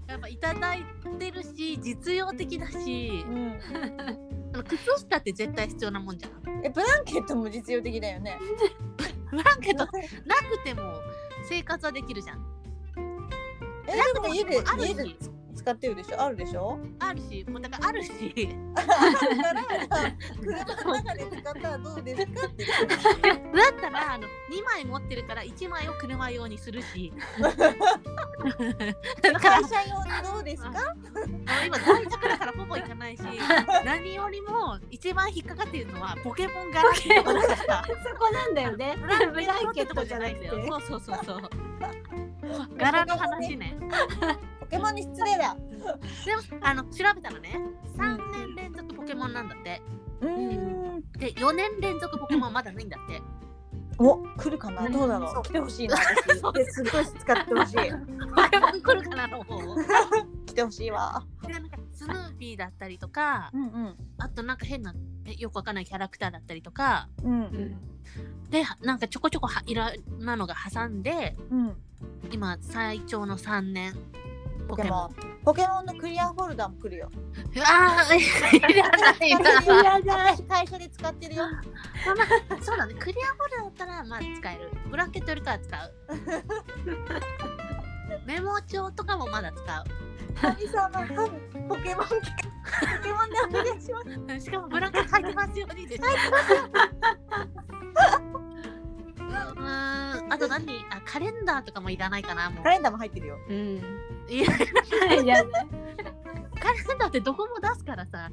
Speaker 2: やっぱいただいてるし実用的だし
Speaker 1: う、ん
Speaker 2: あの靴下って絶対必要なもんじゃん。
Speaker 1: えブランケットも実用的だよね
Speaker 2: ブランケットなくても生活はできるじゃん。
Speaker 1: えでも家で
Speaker 2: ある
Speaker 1: 家
Speaker 2: し
Speaker 1: で使ってるでしょあるでしょ
Speaker 2: あるし、もうだからあるし、
Speaker 1: あるから車の中で使ったらどうですかって言って
Speaker 2: だったらあの2枚持ってるから1枚を車用にする し。だから
Speaker 1: 会社用にどうですか
Speaker 2: もう今在宅だからほぼ行か ないし何よりも一番引っかかっているのはポケモンガラケーとかだから
Speaker 3: そこなんだよね。ブランケットじゃなくて。
Speaker 2: そうそうそうそう柄の話ね
Speaker 1: ポケモンに失礼だ
Speaker 2: でもあの調べたらね3年連続ポケモンなんだって
Speaker 1: う
Speaker 3: ー
Speaker 1: ん
Speaker 2: で4年連続ポケモンまだないんだって
Speaker 1: お来るかな
Speaker 3: うん
Speaker 1: どうだろう来てほしい な私ですごい使って ほしい
Speaker 2: ポケモン来るかなの方で
Speaker 1: 来てほしいわ
Speaker 2: なんかスヌーピーだったりとか
Speaker 1: うんうん
Speaker 2: あとなんか変なえよくわかんないキャラクターだったりとか
Speaker 1: うん
Speaker 2: でなんかちょこちょこはいろんなのが挟んで
Speaker 1: うん
Speaker 2: 今最長の3年
Speaker 1: ポ
Speaker 2: ポ
Speaker 1: ケ
Speaker 2: ケモ
Speaker 1: モ
Speaker 2: ン
Speaker 1: ンポケモンのクリアフォルダも来 るよ
Speaker 2: ああ、いらない
Speaker 1: 使っ
Speaker 2: な
Speaker 1: てるよ私会社で使ってるよ
Speaker 2: そうだね、クリアボールだったら、まあ、使える。ブランケットよりかは使う。メモ帳とかもまだ使
Speaker 1: 神様多分ポケモンポケモンでお願いします
Speaker 2: う。しかも、ブランケット書いてますようにでしょ。 うーん、あと何あ、カレンダーとかもいらないかな、もう
Speaker 1: カ。レンダーも入ってるよ
Speaker 3: うん。
Speaker 2: いや、
Speaker 3: いやだ。
Speaker 2: カレンダーってどこも出すからさ。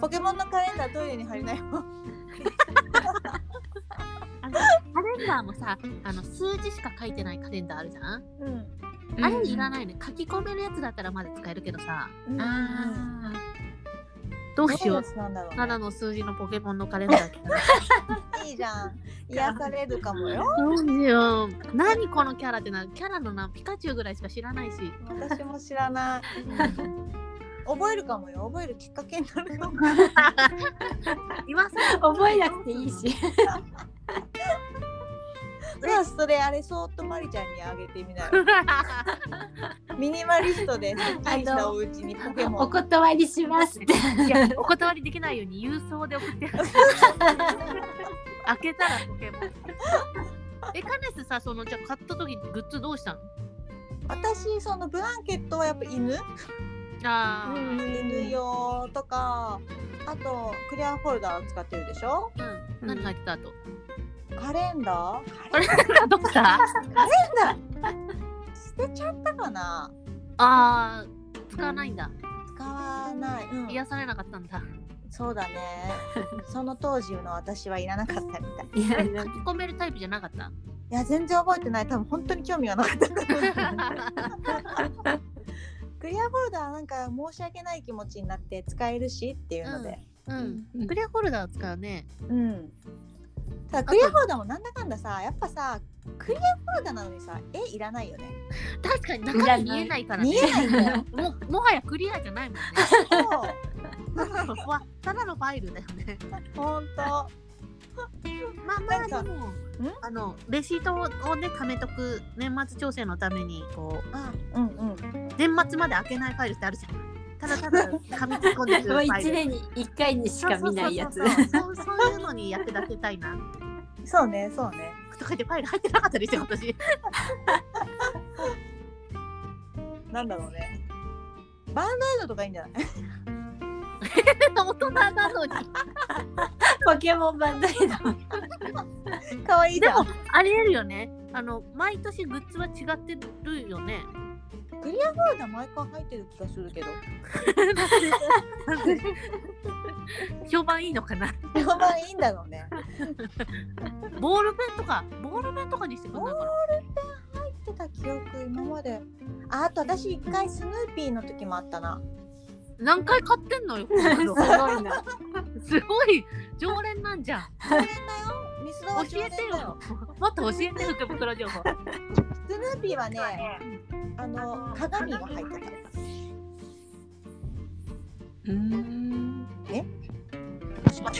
Speaker 1: ポケモンのカレンダートイレに入れないもん
Speaker 2: あのカレンダーもさ、あの、数字しか書いてないカレンダーあるじゃん、
Speaker 1: うん
Speaker 2: あれいらないね。書き込めるやつだったらまだ使えるけどさ、
Speaker 1: うん
Speaker 3: あ
Speaker 2: ど
Speaker 1: ど
Speaker 2: うしよう。
Speaker 1: なんだろ
Speaker 2: た
Speaker 1: う、
Speaker 2: だの数字のポケモンのカレンダーって なる
Speaker 1: ね、いいじゃ ん癒されるかもよ
Speaker 2: どうしよう。何このキャラってなるキャラの名ピカチュウぐらいしか知らない し。
Speaker 1: 私も知らない覚えるかもよ覚えるきっかけになるかも
Speaker 2: 今さ
Speaker 3: あ。覚えなくていい し。
Speaker 1: じゃあそれあれそーっとマリちゃんにあげてみなよミニマリストでスッキリしたお家にポケモ
Speaker 3: お
Speaker 1: ン
Speaker 3: 断りしますって。
Speaker 2: いやお断りできないように郵送で送 ってほしい開けたらポケモン。え、カネスさ、そのじゃあ買った時グッズどうしたの
Speaker 1: 私そのブランケットはやっぱ犬
Speaker 2: あー
Speaker 1: 犬用とかあとクリアフォルダー使ってるでしょ
Speaker 2: うん。何入ってたと。
Speaker 1: カレンダー
Speaker 2: あれどこだ
Speaker 1: 捨てちゃったかな
Speaker 2: あー、使わないんだ。
Speaker 1: 使わない、うん
Speaker 2: 癒されなかったんだ。
Speaker 1: そうだねその当時の私はいらなかったみたい
Speaker 3: い
Speaker 2: あ
Speaker 3: や
Speaker 2: れ書き込めるタイプじゃなかった。
Speaker 1: いや全然覚えてない多分本当に興味がなかったからクリアフォルダーなんか申し訳ない気持ちになって使えるしっていうので
Speaker 2: うん。クリアホルダー使うね。
Speaker 1: うん、ただクリアフォルダーもなんだかんださやっぱさクリアフォルダーなのにさ絵いらないよね
Speaker 2: 確かに中身見えないからね
Speaker 1: 見。えないんだ よ
Speaker 2: ももはやクリアじゃないもんね。
Speaker 1: そう
Speaker 2: わただのファイルだよね。
Speaker 1: 本当
Speaker 2: まあ
Speaker 1: なん
Speaker 2: ま
Speaker 1: か
Speaker 2: あでも
Speaker 1: ん
Speaker 2: あのレシートをね貯めとく年末調整のためにこう
Speaker 1: あうんうん
Speaker 2: 年末まで開けないファイルってあるじゃん。ただた だ紙突っ込んでくるフ
Speaker 3: もう
Speaker 2: ァイ
Speaker 3: 一
Speaker 2: ル。
Speaker 3: 年に一回にしか見ないやつ
Speaker 2: そう。そうそうそうそういうのに役立てたいな。
Speaker 1: そうねそうね
Speaker 2: とかでファイル入ってなかったですよ私。
Speaker 1: なんだろうねバンドエイドとかいいんじゃない
Speaker 2: 大人なのに。
Speaker 3: ポケモン版だけど。
Speaker 1: かわいいじ
Speaker 2: で
Speaker 1: ゃ
Speaker 2: も
Speaker 1: ん
Speaker 2: ありえるよね。あの毎年グッズは違ってるよね。
Speaker 1: クリアフォルダー毎回入ってる気がするけど
Speaker 2: 評判いいのかな。
Speaker 1: 評判いいんだろうね
Speaker 2: ボールペンとかボールペンとかにしてくんないかな。
Speaker 1: 入ってた記憶今までああと私一回スヌーピーの時もあったな
Speaker 2: 何回買ってんのよ。
Speaker 3: すご いな。
Speaker 2: すごい常連なんじゃん。
Speaker 1: 常連だよミスドは常
Speaker 2: 教え
Speaker 1: 連
Speaker 2: て
Speaker 1: だ
Speaker 2: よ
Speaker 1: よ。
Speaker 2: もっと教えてよ、福袋情報。
Speaker 1: スヌーピーはねあの鏡が入って
Speaker 3: うん。
Speaker 2: も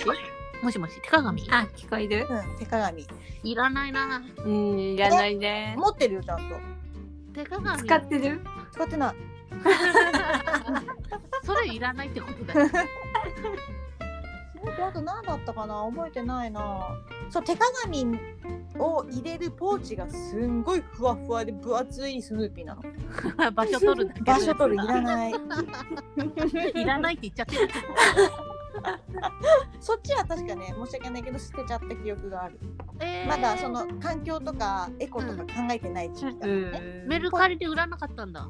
Speaker 2: しもし、手鏡
Speaker 3: あ、聞こえる？
Speaker 1: たうん手鏡
Speaker 2: いらないな。
Speaker 3: うん、いらないね。
Speaker 1: 持ってるよちゃんと
Speaker 2: 手鏡
Speaker 3: 使ってる？
Speaker 1: 使ってない
Speaker 2: それいらないってこと だよ。
Speaker 1: スヌーピーあと何だったかな覚えてないなそう手鏡を入れるポーチがすんごいふわふわで分厚いスヌーピーなの。
Speaker 2: 場所取るだけ
Speaker 1: 場所取るいら ない。
Speaker 2: いらないって言っちゃってる
Speaker 1: そっちは確かね申し訳ないけど捨てちゃった記憶がある。
Speaker 2: えー
Speaker 1: まだその環境とかエコとか考えてない時期だもんね。
Speaker 2: メルカリで売らなかったんだ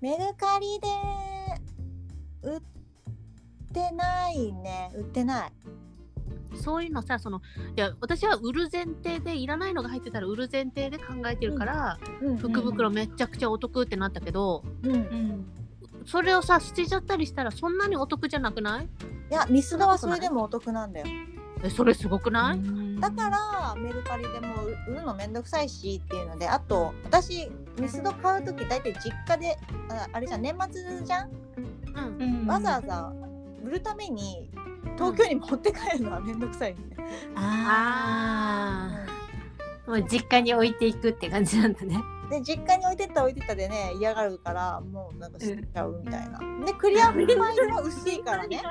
Speaker 1: メルカリで売ってないね売ってない
Speaker 2: そういうのさそのいや私は売る前提でいらないのが入ってたら売る前提で考えてるから、福袋めちゃくちゃお得ってなったけど、
Speaker 1: うん、
Speaker 4: う
Speaker 1: い
Speaker 4: ん
Speaker 2: それをさ捨てちゃったりしたらそんなにお得じゃなくない
Speaker 1: やミスドはそれでもお得なんだよ
Speaker 2: えそれすごくない、
Speaker 1: だからメルカリでもう売るのめんどくさいしっていうのであと私ミスド買う時大体実家でああれじゃん年末じゃん
Speaker 2: うん
Speaker 4: うん
Speaker 1: わざわざ売るために東京に持って帰るのはめんどくさいよね、
Speaker 3: ああ。もう実家に置いていくって感じなんだね。
Speaker 1: で実家に置いてった置いてったでね嫌がるからもうなんか捨てちゃうみたいな、でクリアファイルも薄いからね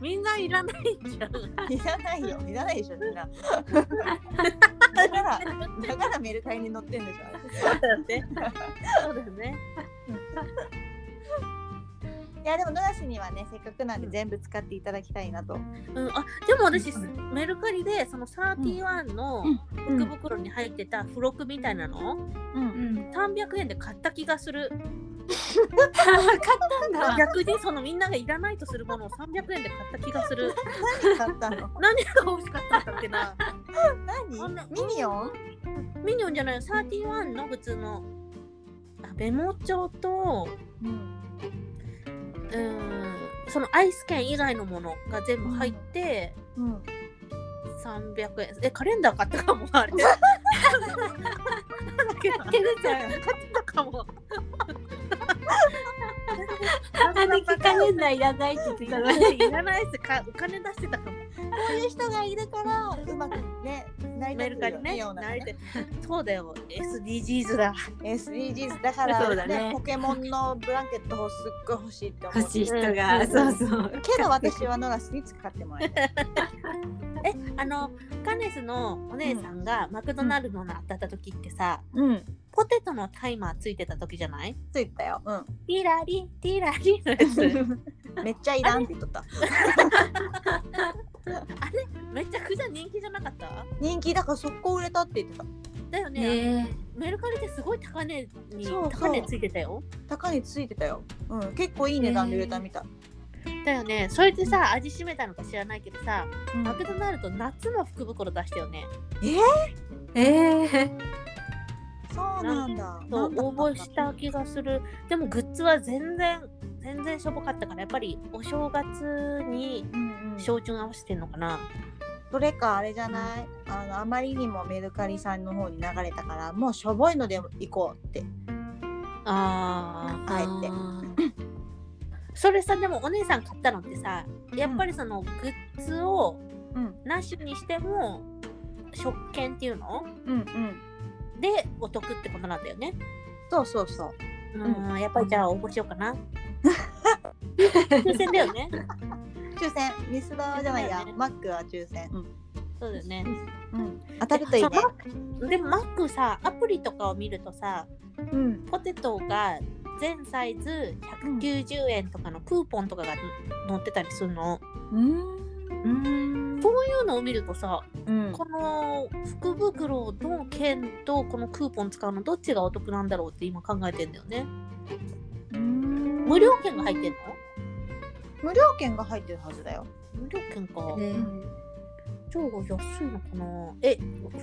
Speaker 2: みんないらないんじゃんみんないらないんじゃん
Speaker 1: いらないよ、いらないでしょ、 みんな。だから、だからメルカリに乗ってんでしょ。
Speaker 2: そうだねそうだね
Speaker 1: いや、でも、ノラスにはね、せっかくなんで、全部使っていただきたいなと。
Speaker 2: うん、あでも私、メルカリでその31の
Speaker 1: う
Speaker 2: 福袋に入ってた付録みたいなの、
Speaker 1: うん、
Speaker 4: うん
Speaker 2: 300円で買った気がする
Speaker 3: 買ったんだ。
Speaker 2: 逆にそのみんながいらないとするものを300円で買った気がする
Speaker 1: 買ったの。
Speaker 2: 何が欲しかったんだっけな
Speaker 1: 何
Speaker 2: あんな、
Speaker 1: ミニオン。
Speaker 2: ミニオンじゃない31の普通のあメモ帳と
Speaker 1: うん、
Speaker 2: うーんそのアイス券以外のものが全部入って
Speaker 1: うん、
Speaker 2: 300円えカレンダー買ったかもあれなんだっけな
Speaker 3: てるじゃん。
Speaker 2: 買ったかも
Speaker 3: あの時カレンダーいらないって言ってたのに。
Speaker 2: いらないですかお金出してたか
Speaker 1: こ
Speaker 2: も
Speaker 1: ういう人がいるから、うまくね、成り
Speaker 2: メ
Speaker 1: 立
Speaker 2: ル
Speaker 1: つ
Speaker 2: カ
Speaker 1: よ
Speaker 2: リ
Speaker 1: ね、
Speaker 2: ね
Speaker 1: 世の中ね。
Speaker 2: そうだよ SDGs だ
Speaker 1: S. D. G. S. だから、
Speaker 3: そうだね
Speaker 1: ポケモンのブランケットをすっごい欲しいって思う
Speaker 3: 欲。しい人が、そうそう。
Speaker 1: けど、私はノラスに使ってもらえる。
Speaker 2: えあのカネスのお姉さんがマクドナルドの当たった時ってさ、
Speaker 1: うん、
Speaker 2: ポテトのタイマーついてた時じゃない
Speaker 1: ついたよ。うん。
Speaker 2: ティラリティラリのや つ
Speaker 1: めっちゃいらんって言っとった。
Speaker 2: めちゃくちゃ人気じゃなかった
Speaker 1: 人気だから速攻売れたって言ってた
Speaker 2: だよね
Speaker 3: ね
Speaker 2: メルカリってすごい高値に
Speaker 1: そうそう
Speaker 2: 高値ついてたよ
Speaker 1: 高値ついてたよ、うん、結構いい値段で売れたみたい、
Speaker 2: だよねそれでさ味しめたのか知らないけどさ
Speaker 1: うん
Speaker 2: マクドナルド夏の福袋出したよね
Speaker 3: え。ええ。
Speaker 1: そうなんだ
Speaker 2: そ
Speaker 1: な
Speaker 2: う
Speaker 1: んだ
Speaker 2: 応募した気がするでもグッズは全然全然しょぼかったからやっぱりお正月に
Speaker 1: うんうん
Speaker 2: 照準合わせてんのかな、
Speaker 1: それかあれじゃない、あのあまりにもメルカリさんの方に流れたからもうしょぼいのでも行こうって
Speaker 2: あ
Speaker 1: あえて
Speaker 2: ーそれさでもお姉さん買ったのってさやっぱりそのグッズを
Speaker 1: うん
Speaker 2: なしにしても食券っていうの
Speaker 1: うんうん
Speaker 2: でお得ってことなんだよね
Speaker 1: そうそうそう
Speaker 2: うん、やっぱりじゃあ応募しようかな抽選だ よね
Speaker 1: 抽選ミスドじゃないや、
Speaker 2: 抽選だよね
Speaker 1: マックは抽選、
Speaker 2: そうだよね
Speaker 1: うん当たるといいね
Speaker 2: でもマックさアプリとかを見るとさ
Speaker 1: うん
Speaker 2: ポテトが全サイズ190円とかのクーポンとかが載ってたりするの、
Speaker 1: うん
Speaker 3: うん。
Speaker 2: そういうのを見るとさ
Speaker 1: うん
Speaker 2: この福袋の券とこのクーポン使うのどっちがお得なんだろうって今考えてんだよね無料券が入ってんの
Speaker 1: 無料券が入ってるはずだよ、
Speaker 2: 無料券か
Speaker 3: ね
Speaker 2: 超安いのかなえ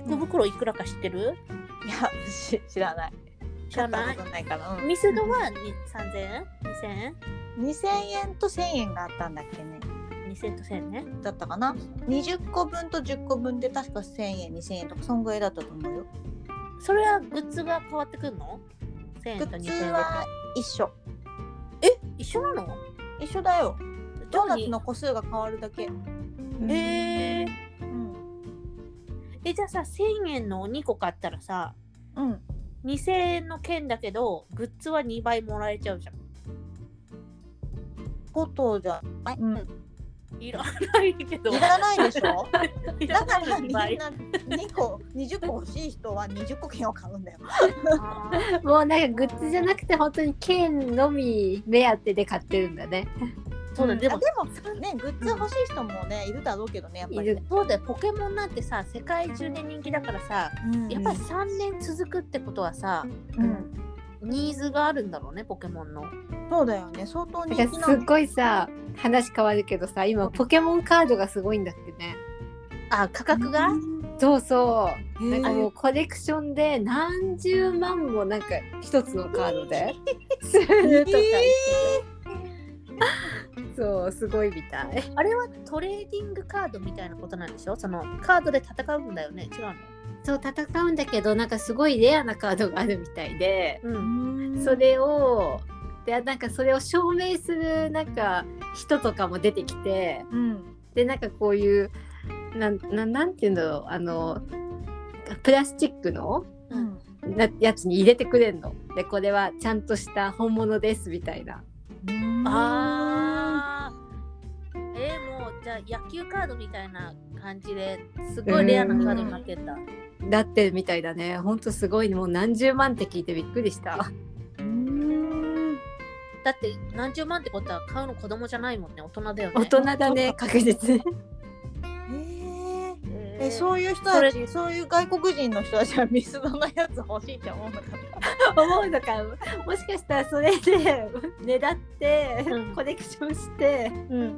Speaker 2: 福袋いくらか知ってる
Speaker 1: いやし知らない
Speaker 2: 知らな
Speaker 1: 買
Speaker 2: い
Speaker 1: ったことないから、うん
Speaker 2: ミスドはに3000円 ?2000 円
Speaker 1: 2000円と1000円があったんだっけね
Speaker 2: ?2000 と1000円ね
Speaker 1: だったかな20個分と10個分で確か1000円2000円とかそんぐらいだったと思うよ
Speaker 2: それはグッズが変わってくるの ?1000 円
Speaker 1: グ
Speaker 2: と
Speaker 1: ッ
Speaker 2: 2000
Speaker 1: ズ
Speaker 2: 円
Speaker 1: は
Speaker 2: だ
Speaker 1: 一緒
Speaker 2: と一緒なの
Speaker 1: 一緒だよドーナツの個数が変わるだけ
Speaker 2: えー、
Speaker 1: うん
Speaker 2: えじゃあさ1000円の2個買ったらさ
Speaker 1: うん
Speaker 2: 2000円の券だけどグッズは2倍もらえちゃうじゃん
Speaker 1: ことじゃうん
Speaker 2: いらないけど
Speaker 1: いらないでしょ
Speaker 2: い
Speaker 1: だ
Speaker 2: ら
Speaker 1: か
Speaker 2: ない
Speaker 1: らみんな
Speaker 2: 倍
Speaker 1: 2個20個欲 しい人は20個券を買うんだよ。
Speaker 2: あー
Speaker 3: もうなんかグッズじゃなくて本当に剣のみ目当てで買ってるんだね。
Speaker 2: そうだねでも
Speaker 1: あでもねグッズ欲しい人もねいるだろうけどねやっぱ
Speaker 3: い
Speaker 1: り。
Speaker 3: る。
Speaker 2: そうだよポケモンなんてさ世界中で人気だからさ
Speaker 1: うん
Speaker 2: やっぱり3年続くってことはさ
Speaker 1: うん、
Speaker 2: ニーズがあるんだろうねポケモンの。
Speaker 1: そうだよね相当人
Speaker 3: だ
Speaker 1: 気
Speaker 3: か
Speaker 1: な
Speaker 3: らす
Speaker 1: ん
Speaker 3: っごいさ話変わるけどさ今ポケモンカードがすごいんだってね。
Speaker 2: あ価格が、
Speaker 3: そうそう。
Speaker 1: へー
Speaker 3: なんかもうコレクションで何十万もなんか一つのカード でするとか言ってた、そうすごいみたい
Speaker 2: あれはトレーディングカードみたいなことなんでしょそのカードで戦うんだよね違うの
Speaker 3: そう戦うんだけどなんかすごいレアなカードがあるみたいで、
Speaker 2: う、
Speaker 1: うんん
Speaker 3: それをでなんかそれを証明するなんか人とかも出てきて
Speaker 1: うん
Speaker 3: でなんかこういうなんなんなんていうんだろうあのプラスチックの
Speaker 1: うん
Speaker 3: なやつに入れてくれんのでこれはちゃんとした本物ですみたいな
Speaker 2: あーえー、もうじゃあ野球カードみたいな感じですごいレアなカードになってった。
Speaker 3: だってみたいだねほんとすごいねもう何十万って聞いてびっく りした
Speaker 1: うん
Speaker 2: だって何十万ってことは買うの子供じゃないもんね大人だよね。
Speaker 3: 大人 だね確実に
Speaker 1: へー
Speaker 2: え
Speaker 1: え
Speaker 2: そ
Speaker 1: そう
Speaker 2: う
Speaker 1: いう人
Speaker 2: そ
Speaker 1: た
Speaker 2: れ
Speaker 1: ちそういう外国人の人たちはミスドのやつ欲しいって思うのかな
Speaker 3: 思うのかもしかしたらそれで 狙って
Speaker 2: うん
Speaker 3: コレクションして
Speaker 2: うん、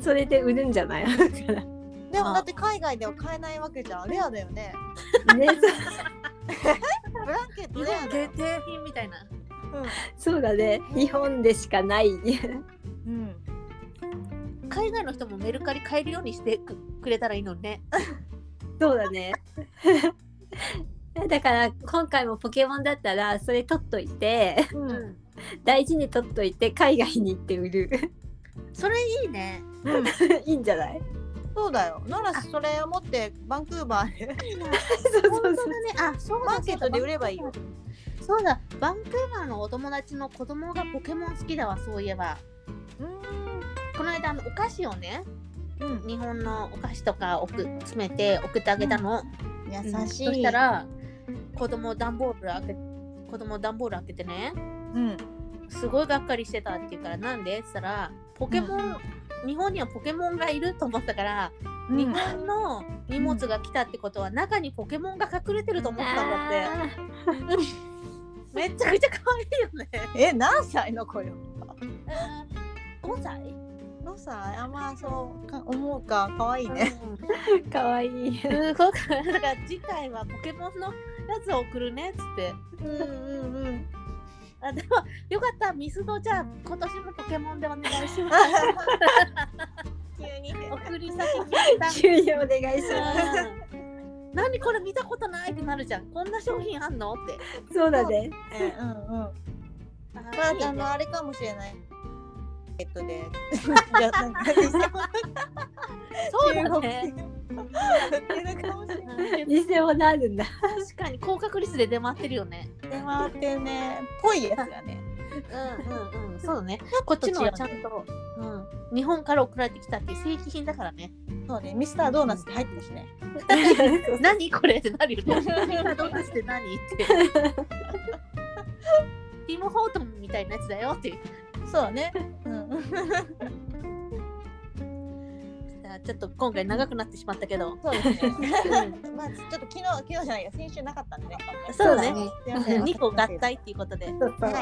Speaker 3: それで売るんじゃ ないだから
Speaker 1: でもだって海外では買えないわけじゃんレアだよね
Speaker 3: ね
Speaker 1: ブランケット
Speaker 2: 日
Speaker 1: レア
Speaker 2: 本
Speaker 1: だ
Speaker 2: 限
Speaker 1: よ、
Speaker 2: 定品みたいな。
Speaker 3: そうだね日本でしかない
Speaker 1: うんうん、
Speaker 2: 海外の人もメルカリ買えるようにしてくくれたらいいのにね。
Speaker 3: そうだね だから今回もポケモンだったらそれ取っといて
Speaker 1: うん、
Speaker 3: 大事に取っといて海外に行って売る
Speaker 2: それいいね。
Speaker 3: いいんじゃない
Speaker 1: そうだよ。ならそれを持ってバンクーバーで
Speaker 3: そうそうそう
Speaker 2: 本当だね。あ、そう
Speaker 1: マ
Speaker 2: だ
Speaker 1: ーケットで売ればいいよ。
Speaker 2: そうだ、バンクーバーのお友達の子供がポケモン好きだわ、そういえば。この間、あのお菓子をね、
Speaker 1: うん、
Speaker 2: 日本のお菓子とか送詰めて送ってあげたの。
Speaker 1: 優しい。
Speaker 2: そしたら、子供段ボール開け、子供段ボール開けてね、
Speaker 1: うん、
Speaker 2: すごいがっかりしてたって言うから、なんでって言ったら、ポケモン、日本にはポケモンがいると思ったから、日
Speaker 1: うん
Speaker 2: 本の荷物が来たってことは中にポケモンが隠れてると思ったんだって、めちゃくちゃ可愛いよね
Speaker 1: え、何歳の子よ。
Speaker 2: 5歳
Speaker 1: のさ、あんまそうか思うか、可愛いね。
Speaker 3: かわいい
Speaker 2: すごくだから次回はポケモンのやつを送るねっつって
Speaker 1: うんうんうん。
Speaker 2: あでもよかったミスドじゃあ今年もポケモンでお願いします
Speaker 1: 急に。
Speaker 2: 送り先決めた
Speaker 3: 給料お願いしま
Speaker 2: うん何これ見たことないってなるじゃんこんな商品あんのって
Speaker 3: す。そうだね。
Speaker 1: うんうんうん。
Speaker 2: あ
Speaker 1: まあ、
Speaker 2: いいね
Speaker 1: あの、あれかもしれない。えっとで。じゃ、なんか、そう
Speaker 2: そうだね。
Speaker 1: 出るかもしれない。
Speaker 2: うん
Speaker 3: 偽物ある んだ。
Speaker 2: 確かに高確率で出回ってるよね
Speaker 1: 出回ってね、ぽいやつだね。
Speaker 2: うんうんうん、そうだね。こっちのはちゃんと、うん、日本から送られてきたっていう正規品だからね。
Speaker 1: そうね、ミスタードーナツって入ってるしね。
Speaker 2: 何これってなるよね。どうなして何って。ティム・ホートンみたいなやつだよっていう。
Speaker 1: そうね。うんうん。
Speaker 2: さあちょっと今回長くなってしまったけど。
Speaker 1: そうですね。まあちょっと昨日昨日じゃないや先週なかったんでね。
Speaker 2: そうだね
Speaker 1: すいません。
Speaker 2: 2個合体っていうことで。
Speaker 3: そうそ
Speaker 1: は
Speaker 3: う
Speaker 1: い。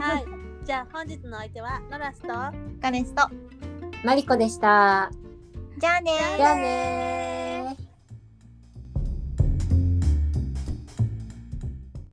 Speaker 2: はい。じゃあ本日のお相手はノラスと。
Speaker 1: ガネスト。
Speaker 3: マリコでした。
Speaker 1: じゃあねー
Speaker 3: じゃあねー。